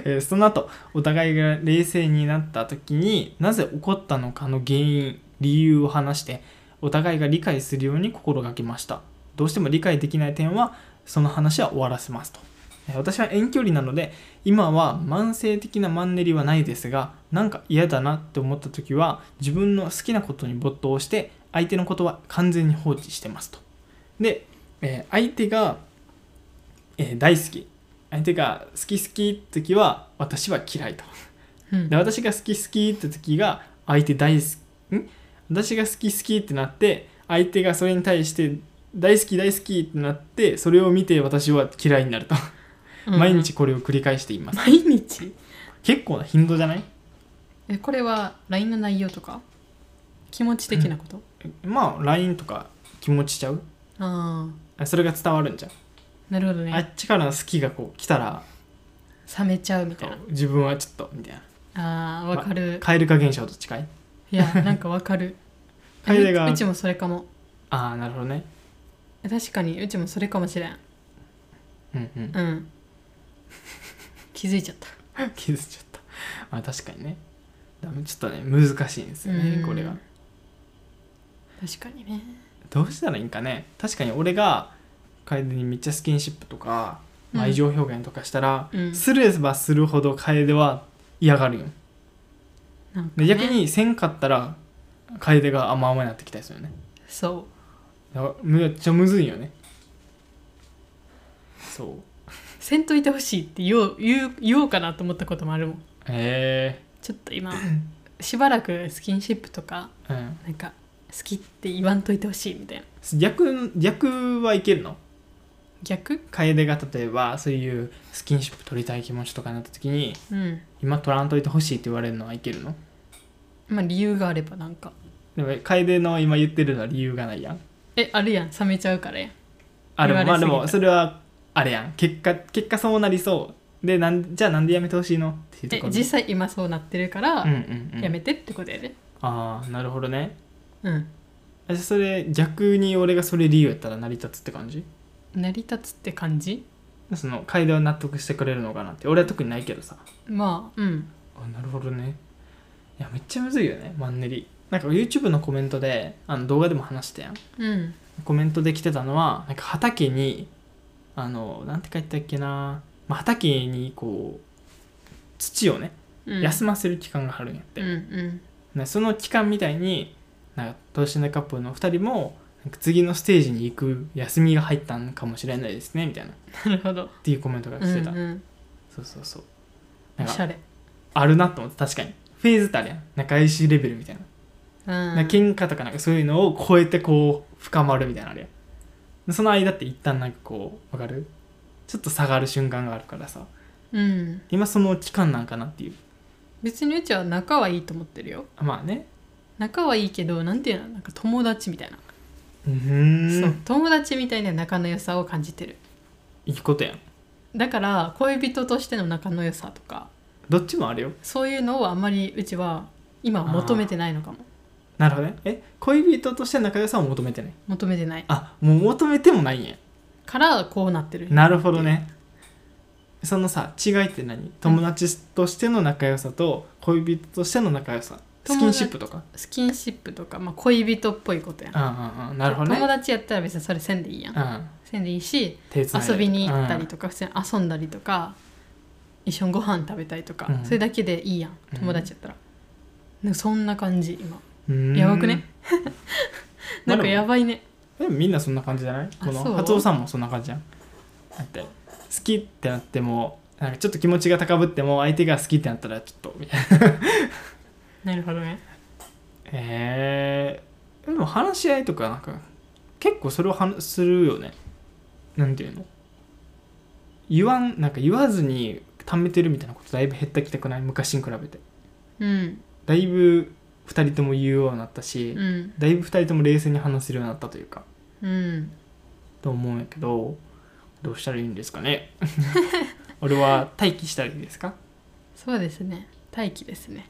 A: えーその後、お互いが冷静になった時になぜ起こったのかの原因、理由を話して、お互いが理解するように心がけました。どうしても理解できない点は、その話は終わらせますと。えー私は遠距離なので、今は慢性的なマンネリはないですがなんか嫌だなって思った時は自分の好きなことに没頭して相手のことは完全に放置してますとで、えー相手が、えー大好き相手が好き好きって時は私は嫌いと
B: うん
A: で私が好き好きって時が相手大好きん私が好き好きってなって相手がそれに対して大好き大好きってなってそれを見て私は嫌いになると
B: うん
A: 毎日これを繰り返しています
B: 毎日
A: 結構な頻度じゃない
B: えこれは LINE の内容とか気持ち的なこと、
A: まあ LINE とか気持ちちゃう
B: ああ
A: あそれが伝わるんじゃん、
B: なるほど
A: あっ
B: ね
A: ちからの好きがこう来たら
B: 冷めちゃうみたい
A: こ
B: な
A: う自分はちょっとみたいな
B: あーわかる
A: 蛙化現象と近い
B: いやなんかわ かる
A: 楓が
B: うちもそれかも
A: ああなるほどね
B: 確かにうちもそれかもしれん
A: うんうん
B: うん気づいちゃった
A: 気づいちゃったまあ確かにねだちょっとね難しいんですよ
B: う
A: ね
B: ん
A: これが
B: 確かにね
A: どうしたらいいんかね確かに俺が楓にめっちゃスキンシップとか、まあ、
B: うん
A: 愛情表現とかしたら、
B: うん
A: すればするほど楓は嫌がるよ
B: なんか、
A: で
B: ね、
A: 逆にせんかったら楓が甘々になってきたりするよね
B: そ
A: だからめっちゃむずいよねそう
B: うせんといてほしいって言おう言う言おうかなと思ったこともあるもん
A: へ
B: ちょっと 今しばらくスキンシップとか
A: えうん
B: なんか好きって言わんといてほしいみたいな
A: 逆逆はいけるの
B: 逆
A: 楓が例えばそういうスキンシップ取りたい気持ちとかになった時に
B: うん
A: 今取らんといてほしいって言われるのはいけるの
B: まあ理由があればなんか
A: でも楓の今言ってるのは理由がないやん
B: えあるやん冷めちゃうからやん
A: あでも
B: 言
A: ま
B: わ
A: あ
B: れす
A: で
B: ぎた
A: もそれはあれやん結果結果そうなりそうでなんじゃあなんでやめてほしいのっていうと
B: え
A: ころ
B: 実際今そうなってるから
A: うんうんうん
B: やめてってことやで
A: ああなるほどね
B: うん
A: えそれ逆に俺がそれ理由やったら成り立つって感じ
B: 成り立つって感じ
A: その楓は納得してくれるのかなって俺は特にないけどさ
B: まあうん
A: あなるほどねいやめっちゃむずいよねマンネリなんか YouTube のコメントであの動画でも話したやん
B: うん
A: コメントで来てたのはなんか畑にあのなんて書いてたっけな、まあ、畑にこう土をね
B: うん
A: 休ませる期間があるんやって、
B: うん
A: ねその期間みたいになんか年のカップルの2人もなんか次のステージに行く休みが入ったんかもしれないですねみたいなっ
B: なるほど、
A: ていうコメントが
B: うん
A: 来てた、
B: うん、
A: そうそうそうな
B: お
A: ん
B: しゃ
A: か
B: れ、
A: あるなと思って確かにフェーズってあるやん仲良しレベルみたいな,、
B: うん、
A: なんか喧嘩とかなんかそういうのを超えてこう深まるみたいなのあるやんでその間って一旦なんかこうわかるちょっと下がる瞬間があるからさ
B: うん、
A: 今その期間なんかなっていう
B: 別にうちは仲はいいと思ってるよ
A: あまあね
B: 仲はいいけどなんていうのなんか友達みたいな、
A: うーん
B: そう友達みたいな仲の良さを感じてる
A: いいことやん
B: だから恋人としての仲の良さとか
A: どっちもあるよ
B: そういうのをあんまりうちは今は求めてないのかも
A: なるほどねえ恋人として仲良さを求めてない
B: 求めてない
A: あもう求めてもないんや
B: からこうなってる
A: なるほどねそのさ違いって何友達としての仲良さと恋人としての仲良さスキンシップとか
B: スキンシップとか、まあ、恋人っぽいことやん
A: うんうんうんなるほど
B: 友
A: ね
B: 達やったら別にそれせんでいいやん
A: うん
B: せんでいいし
A: 手繋いで
B: 遊びに行ったり
A: うん
B: とか普通に遊んだりとか一緒にご飯食べたりとか、
A: うん
B: それだけでいいやん
A: うん
B: 友達やったら、なんかそんな感じ今
A: うーん
B: やばくね なんかやばいね
A: でもみんなそんな感じじゃない
B: あ
A: この
B: そう
A: 初尾さんもそんな感じじゃんだって好きってなってもなんかちょっと気持ちが高ぶっても相手が好きってなったらちょっとみたいな
B: なるほどね
A: えー、でも話し合いとかなんか結構それをはなするよねなんていうの言わんなんか言わずに貯めてるみたいなことだいぶ減ってきたくない昔に比べて
B: うん
A: だいぶ2人とも言うようになったし、
B: うん
A: だいぶ2人とも冷静に話せるようになったというか
B: うん
A: と思うんやけどどうしたらいいんですか ね俺は待機したらいいですか
B: そうですね待機ですね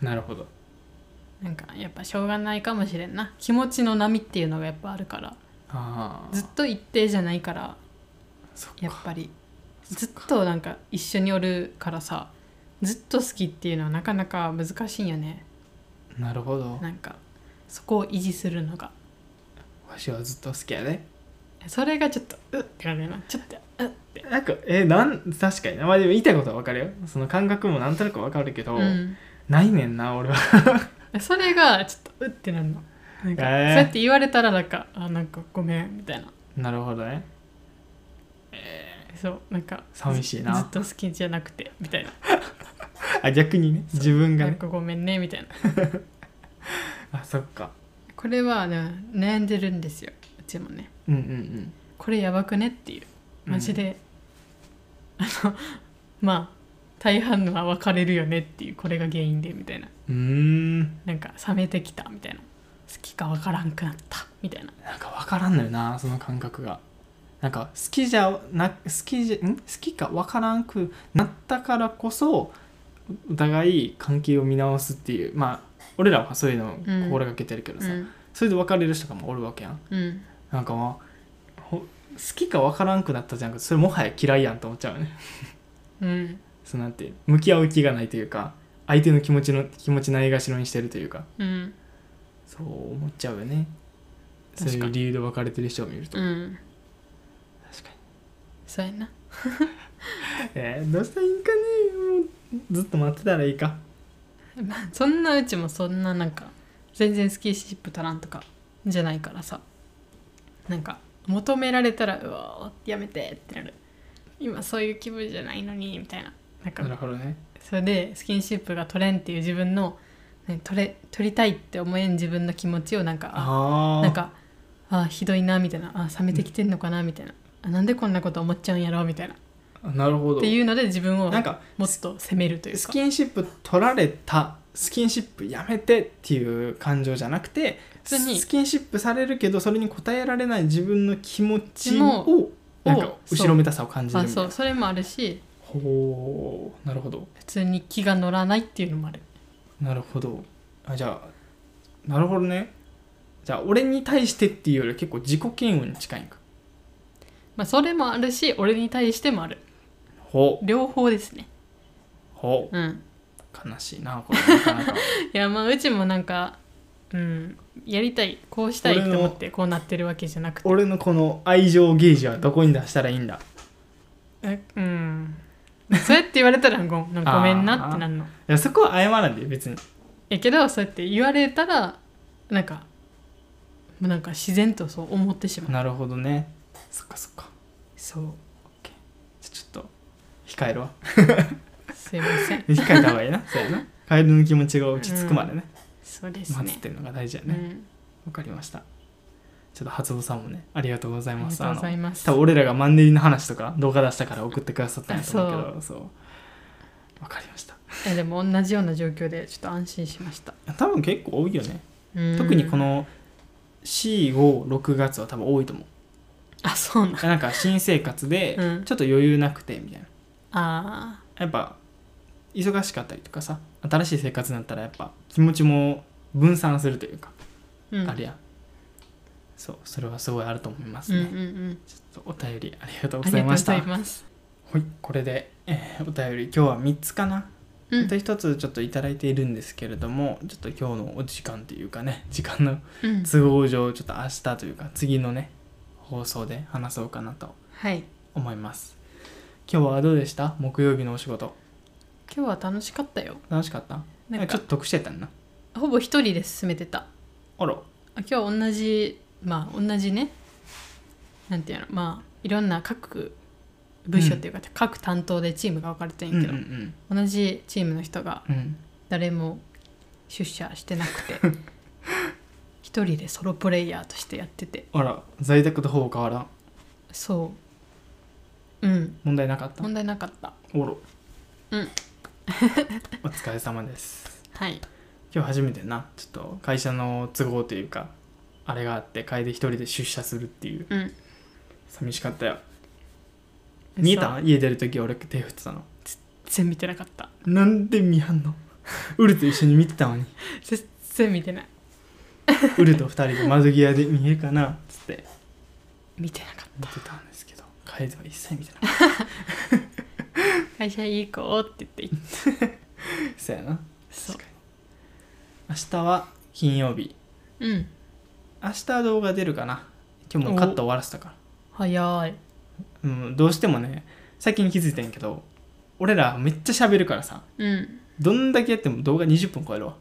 A: なるほど
B: なんかやっぱしょうがないかもしれんな気持ちの波っていうのがやっぱあるから
A: ああ
B: ずっと一定じゃないから
A: そっ
B: やっ
A: か
B: ぱりずっとなんか一緒におるからさずっと好きっていうのはなかなか難しいんよね
A: なるほど
B: なんかそこを維持するのが
A: わしはずっと好きやね
B: それがちょっとうって感じだなちょっとうって
A: なんかえなん確かになまあでも言いたいことは分かるよその感覚もなんとなく分かるけど、
B: うん
A: ないねんな俺は
B: それがちょっとうってなるのなんか、
A: えー
B: そうやって言われたらなんかあなんかごめんみたいな
A: なるほどね
B: そうなんか
A: 寂しいな
B: ずずっと好きじゃなくてみたいな
A: あ逆にね自分が
B: なん
A: ね
B: かごめんねみたいな
A: あそっか
B: これは、ね、悩んでるんですようちもね
A: うんうんうん
B: これやばくねっていうマジで、あの まあ大半のは別れるよねっていうこれが原因でみたいな
A: うーんな
B: なんか冷めてきたみたいな好きか分からんくなったみたいなん
A: か分からんのよなその感覚がなんか好きじゃな好きじゃん好きか分からんくなったからこそお互い関係を見直すっていうまあ俺らはそういうのを心がけてるけどさ、
B: うん
A: それで別れる人とかもおるわけやん
B: うん
A: なんかまあほ好きか分からんくなったじゃんかそれもはや嫌いやんと思っちゃうよね
B: うん
A: そうなんて向き合う気がないというか相手の気持ちの気持ちないがしろにしてるというか
B: うん
A: そう思っちゃうよねそう
B: 確かに
A: いう理由で別れてる人を見ると、
B: うん
A: 確かに
B: そうやな
A: えー、どうしたらいいんかねもうずっと待ってたらいいか
B: まあそんなうちもそんななんか全然スキンシップ足らんとかじゃないからさなんか求められたらうわーやめてってなる今そういう気分じゃないのにみたいななんか
A: なるほどね
B: それでスキンシップが取れんっていう自分の、ね、取れ取りたいって思えん自分の気持ちをなんか
A: ああ
B: なんかあひどいなみたいなあ冷めてきてんのかなみたいな、あなんでこんなこと思っちゃうんやろみたいなっ
A: なるほど
B: ていうので自分を
A: なんか
B: もっと責めるという
A: ス
B: か
A: キンシップ取られたスキンシップやめてっていう感情じゃなくて
B: 普通に
A: スキンシップされるけどそれに応えられない自分の気持ちを
B: を
A: なんか
B: そう
A: 後ろめたさを感じる
B: あ
A: みた
B: そ
A: いうな
B: それもあるし
A: ほうなるほど
B: 普通に気が乗らないっていうのもある
A: なるほどあじゃあなるほどねじゃあ俺に対してっていうよりは結構自己嫌悪に近いんか
B: まあそれもあるし俺に対してもある
A: ほう
B: 両方ですね
A: ほ
B: うん
A: う悲しいなこれなかなか
B: いやまあうちもなんかうんやりたいこうしたいと思ってこうなってるわけじゃなくて
A: 俺のこの愛情ゲージはどこに出したらいいんだ
B: えうんそうやって言われたらごなんかごめんなってなるの
A: いやそこは謝らんで別に
B: やけどそうやって言われたらなんかもうなんか自然とそう思ってしまう
A: なるほどねそっかそっか
B: そう
A: じゃあちょっと控えるわ
B: すいません
A: 控えた方がいい なそうやなカエルの気持ちが落ち着くまでね、
B: そうです
A: 待つっ
B: ね
A: ていうのが大事や
B: う
A: ねわ、
B: ん、
A: かりましたちょっと初尾さんもねありがとうござい
B: あり
A: ま
B: が
A: す
B: とうございま
A: あの
B: す
A: 多分俺らがマンネリの話とか動画出したから送ってくださったんやと思うけどそうわかりました
B: えでも同じような状況でちょっと安心しました、
A: 多分結構多いよね
B: うん
A: 特にこの456月は多分多いと思
B: あそうなん
A: うなんか新生活で
B: うん
A: ちょっと余裕なくてみたいな
B: あ
A: やっぱ忙しかったりとかさ新しい生活になったらやっぱ気持ちも分散するというか、
B: ーうん
A: あるやんそうそれはすごいあると思います
B: うん
A: ね、
B: うんうん
A: お便りありがとうご
B: あり
A: ざ
B: が
A: い
B: とうご
A: ました
B: ざい
A: は
B: ます
A: いこれで、えーお便り今日は3つかな、
B: うん
A: また1つちょっと頂いただいているんですけれどもちょっと今日のお時間というかね時間の
B: うん
A: 都合上ちょっと明日というか次のね放送で話そうかなと
B: はい
A: 思います今日はどうでした木曜日のお仕事
B: 今日は楽しかったよ
A: 楽しかった
B: なん
A: ちょ
B: か
A: っと得してたんな
B: ほぼ一人で進めてた
A: あら
B: あ今日同じまあ同じねなんていうのまあいろんな各部署っていうか、各担当でチームが分かれてんやけど、
A: ん
B: 同じチームの人が
A: うんうん、
B: 誰も出社してなくて 一人でソロプレイヤーとしてやってて
A: あら在宅とほぼ変わらん
B: そううん
A: 問題なかった
B: 問題なかった
A: おろ
B: うん
A: お疲れ様です
B: はい
A: 今日初めてなちょっと会社の都合というかあれがあって楓一人で出社するっていう
B: うん
A: 寂しかったよ見え
B: そう
A: た家出る時俺手振ってたの
B: 全然見てなかった
A: なんで見はんのウルと一緒に見てた のに
B: 全然見てない
A: ウルと二人で窓際で見えるかなっつって
B: 見てなかっ
A: 見てたんですけど楓は一切見てなかった
B: た会社行こうって言って
A: そうやな
B: そう
A: 確かに明日は金曜日
B: うん
A: 明日は動画出るかな今日もうカット終わらせたか
B: 早い
A: ら、うん、どうしてもね最近気づいたんやけど俺らめっちゃ喋るからさ
B: うん
A: どんだけやっても動画20分超え るわ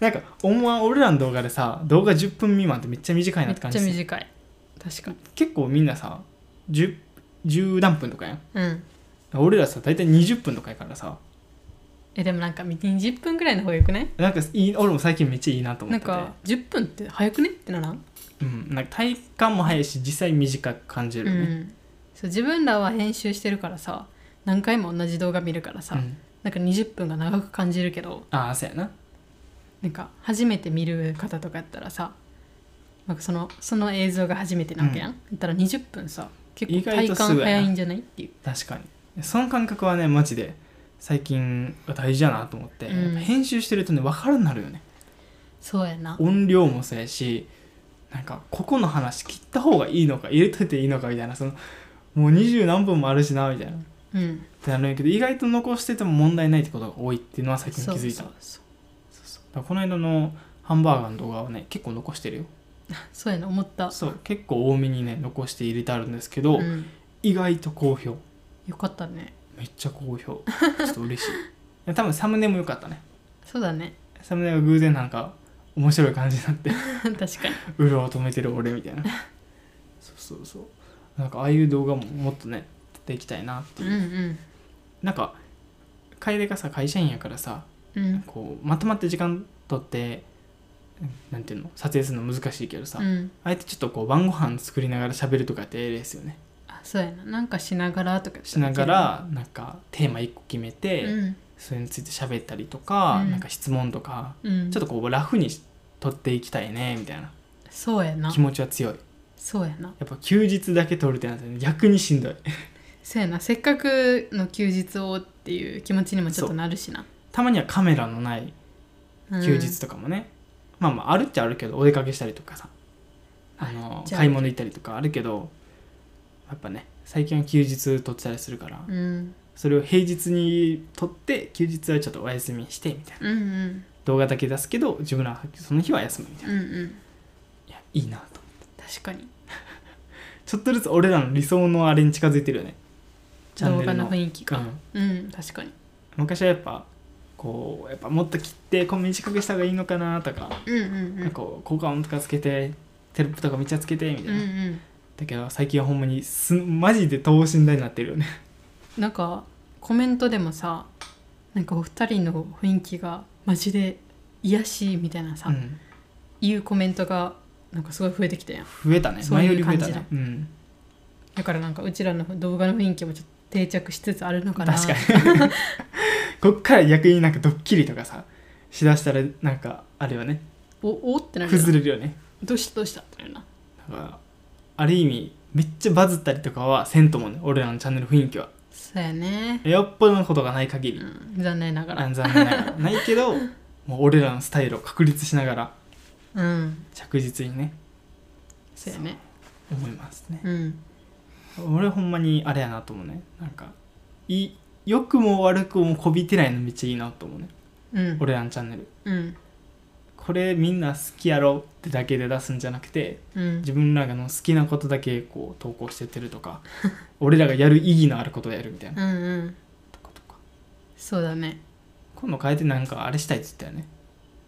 A: なんか思わん俺らの動画でさ動画10分未満ってめっちゃ短いなっ
B: めってち
A: 感
B: ゃ
A: じする
B: 短い確かに
A: 結構みんなさ 10, 10何分とかやん
B: うん
A: 俺らさ大体20分とかやからさ
B: えでもなんか20分ぐらいの方がよくない
A: なんかいい俺も最近めっちゃいいなと思
B: な
A: っ
B: ん
A: てて
B: か10分って早くねってならん、
A: うん、なんか体感も早いし実際短く感じ
B: う
A: るよね、
B: ん、そう自分らは編集してるからさ何回も同じ動画見るからさ、
A: うん
B: なんか20分が長く感じるけど
A: ああそうやな
B: なんか初めて見る方とかやったらさなんかそのその映像が初めてなわけやん、だったら20分さ結構
A: 意外
B: 体
A: とす
B: 感
A: ぐやな
B: 早いんじゃないっていう
A: 確かにその感覚はねマジで最近大事だなと思って、
B: うん
A: 編集してるとね分からんなるよね
B: そうやな
A: 音量もそうやしなんかここの話切った方がいいのか入れといていいのかみたいなそのもう二十何分もあるしなみたいなっ
B: うん
A: てなるんやけど意外と残してても問題ないってことが多いっていうのは最近気づいた
B: そうそうそう
A: だからこの間のハンバーガーの動画はね結構残してるよ
B: そうやな思った
A: そう結構多めにね残して入れてあるんですけど、
B: うん、
A: 意外と好評
B: よかったね
A: めっちゃ好評ちょっと嬉しい多分サムネも良かったね
B: そうだね
A: サムネが偶然なんか面白い感じになって
B: 確かに
A: うろを止めてる俺みたいなそうそうそうなんかああいう動画ももっとね出ていきたいなって
B: う
A: い
B: ん
A: う、なんか楓がさ会社員やからさ
B: うんうん
A: こうまとまって時間取ってなんていうの撮影するの難しいけどさ、
B: うん
A: あえてちょっとこう晩ご飯作りながら喋るとかってええですよね
B: あそうやななんかしながらとか
A: しながらなんかテーマ1個決めて、
B: うん
A: それについて喋ったりとか、
B: うん
A: なんか質問とか
B: うん
A: ちょっとこうラフに取っていきたいねみたいな
B: そうやな
A: 気持ちは強い
B: そうやな
A: やっぱ休日だけ取るってなったら逆にしんどい
B: そうやなせっかくの休日をっていう気持ちにもちょっとなるしな、
A: たまにはカメラのない
B: うん
A: 休日とかもね、まあまああるっちゃあるけどお出かけしたりとかさあの
B: じゃあ
A: 買い物行ったりとかあるけどやっぱね最近は休日取ってたりするから、
B: うん
A: それを平日に取って休日はちょっとお休みしてみたいな
B: うんうん
A: 動画だけ出すけど自分らはその日は休むみたい
B: うんうん
A: ないやいいなと
B: 確かに
A: ちょっとずつ俺らの理想のあれに近づいてるよねチャンネ
B: 動
A: ル
B: 画
A: の
B: の雰囲気
A: う
B: が
A: ん
B: うん確かに
A: 昔はやっぱこうやっぱもっと切ってこう短くした方がいいのかなとか,、
B: うんうんう
A: なん
B: ん
A: かこう効果音とかつけてテロップとかめっちゃつけてみたい
B: うんう
A: な、
B: ん
A: だけど最近はほんまにすマジで等身大になってるよね
B: なんかコメントでもさなんかお二人の雰囲気がマジで癒しいみたいなさ、
A: うん
B: いうコメントがなんかすごい増えてきたやん
A: 増えたね
B: そう
A: 前よ
B: い
A: り
B: う
A: 増え
B: 感
A: た
B: じだ
A: ね、うん、
B: だからなんかうちらの動画の雰囲気もちょっと定着しつつあるのかな
A: 確かにこっから逆になんかドッキリとかさしだしたらなんかあれよね
B: おおってなるよ
A: 崩れるよね
B: どうしたどうしたってなるな
A: だからある意味めっちゃバズったりとかはせんともね俺らのチャンネル雰囲気は
B: そうやね、
A: よっぽどのことがない限り
B: うん、残念ながら
A: あ残念ながらないけ どもう俺らのスタイルを確立しながら
B: うん
A: 着実にね
B: そうやね
A: 思いますね
B: うん
A: 俺ほんまにあれやなと思うねなんかいい良くも悪くもこびてないのめっちゃいいなと思うね
B: うん
A: 俺らのチャンネル
B: うん
A: これみんな好きやろってだけで出すんじゃなくて
B: うん
A: 自分らがの好きなことだけこう投稿してってると か俺らがやる意義のあることをやるみたいな
B: うんうん
A: とことか
B: そうだね
A: 今度変えてなんかあれしたいっつったよね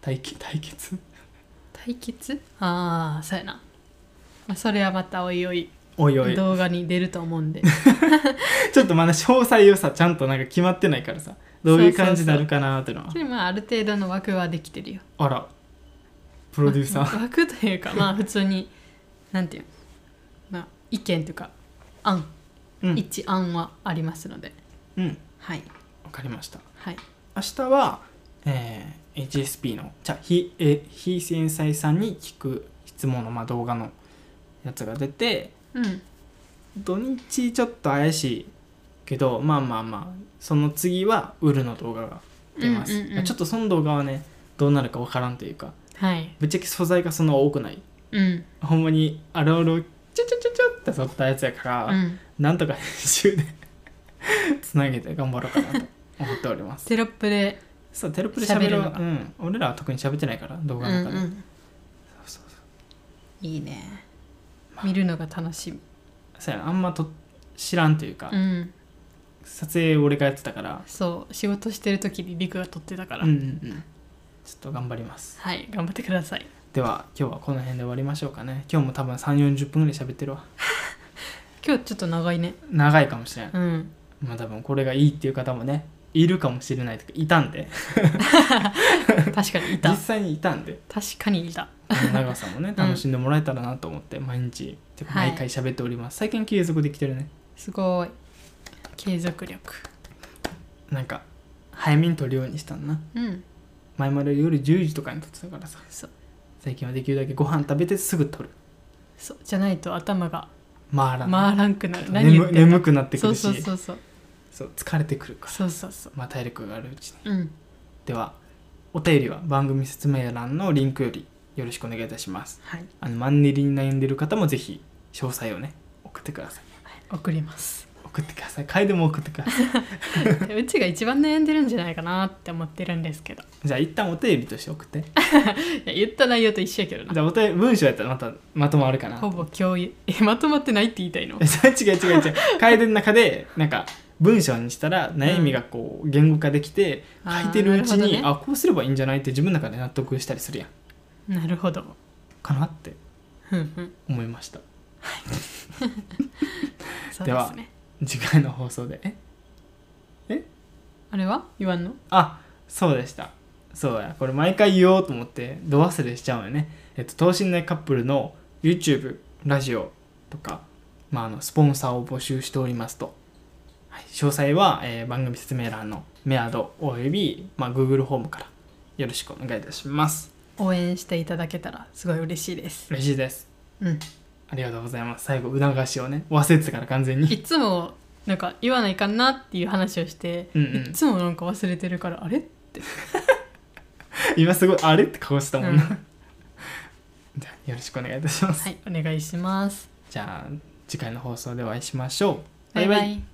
A: 対決対決
B: 対決ああそうやな、まあ、それはまたおいおい
A: おいおい
B: 動画に出ると思うんで
A: ちょっとまだ詳細をさちゃんとなんか決まってないからさどういう感じになるかなーっていうのは
B: けどまあある程度の枠はできてるよ
A: あらプロデューサー
B: 枠というかまあ普通になんていうのまあ意見というか案、
A: うん、
B: 一案はありますので
A: うん、
B: はい
A: 分かりました
B: はい
A: 明日は、えー HSP のじゃあ非え非繊細さんに聞く質問の、まあ、動画のやつが出て
B: うん
A: 土日ちょっと怪しいけどまあまあまあその次はウルの動画が出ます、
B: うんうんうん
A: ちょっとその動画はねどうなるか分からんというか
B: はい
A: ぶっちゃけ素材がそんな多くない
B: うん
A: ほんまにあれをちょちょちょちょって撮ったやつやから、
B: うん
A: なんとか編集で つなげて頑張ろうかなと思っております
B: テロップで
A: そうテロップで喋る
B: 喋るのが
A: うん、俺らは特に喋ってないから動画の中で、
B: うんうん
A: そうそう
B: いいね見るのが楽しみ
A: そうやなあんまと知らんというか、
B: うん
A: 撮影俺がやってたから
B: そう仕事してる時にリクが撮ってたから、
A: うんうんうんちょっと頑張ります
B: はい頑張ってください
A: では今日はこの辺で終わりましょうかね今日も多分3 4 0分ぐらい喋ってるわ
B: 今日ちょっと長いね
A: 長いかもしれない、
B: うん
A: まあ多分これがいいっていう方もねいるかもしれないとかいたんで
B: 確かにい
A: 実
B: た
A: 際にいたんで
B: 確かにいた
A: 長さもね楽しんでもらえたらなと思って毎日てか
B: はい
A: 毎回喋っております、最近継続できてるね
B: すごい継続力
A: なんか早めに撮るようにしたんな
B: うん
A: 前まで夜10時とかに撮ってたからさ
B: そう
A: 最近はできるだけご飯食べてすぐ撮る
B: そうじゃないと頭が
A: 回らない
B: 回らんくなる何言
A: 眠
B: ってんの
A: 眠くなってく
B: そう
A: るし
B: そうそうそう
A: そう疲れてくるから
B: そうそうそ
A: まあ体力があるうちに
B: ううん
A: ではお便りは番組説明欄のリンクよりよろしくお願いいたします
B: はい
A: あのマンネリに悩んでる方もぜひ詳細をね送ってください
B: 送ります
A: 送ってください楓も送ってください
B: でうちが一番悩んでるんじゃないかなって思ってるんですけど
A: じゃあ一旦お便りとして送って
B: いや言った内容と一緒やけどな
A: じゃあお便り文章やったらまたまとまるかな
B: ほぼ共有えまとまってないって言いたいの
A: えそれ違う違う違う楓の中でなんか文章にしたら悩みがこう言語化できて、
B: あー
A: 書いてるうちに
B: なるほどね
A: あこうすればいいんじゃないって自分の中で納得したりするやん
B: なるほど
A: かなって
B: ふんふん
A: 思いました
B: そう
A: で
B: で
A: は
B: すね
A: 次回の放送でえ
B: あれは言わんの
A: あそうでしたそうやこれ毎回言おうと思ってど忘れしちゃうよねえっと等身大カップルの YouTube ラジオとか、まあ、あのスポンサーを募集しておりますと、はい、詳細は、えー番組説明欄のメアドおよび、まあ、Google ホームからよろしくお願いいたします
B: 応援していただけたらすごい嬉しいです
A: 嬉しいです
B: うん
A: ありがとうございます最後促しをね忘れてたから完全 に
B: いつもなんか言わないかなっていう話をして、
A: うんうん
B: いつもなんか忘れてるからあれって、
A: 今すごいあれって顔してた
B: うん
A: もんな、じゃあよろしくお願いいたします
B: はいお願いします
A: じゃあ次回の放送でお会いしましょう
B: バイバイ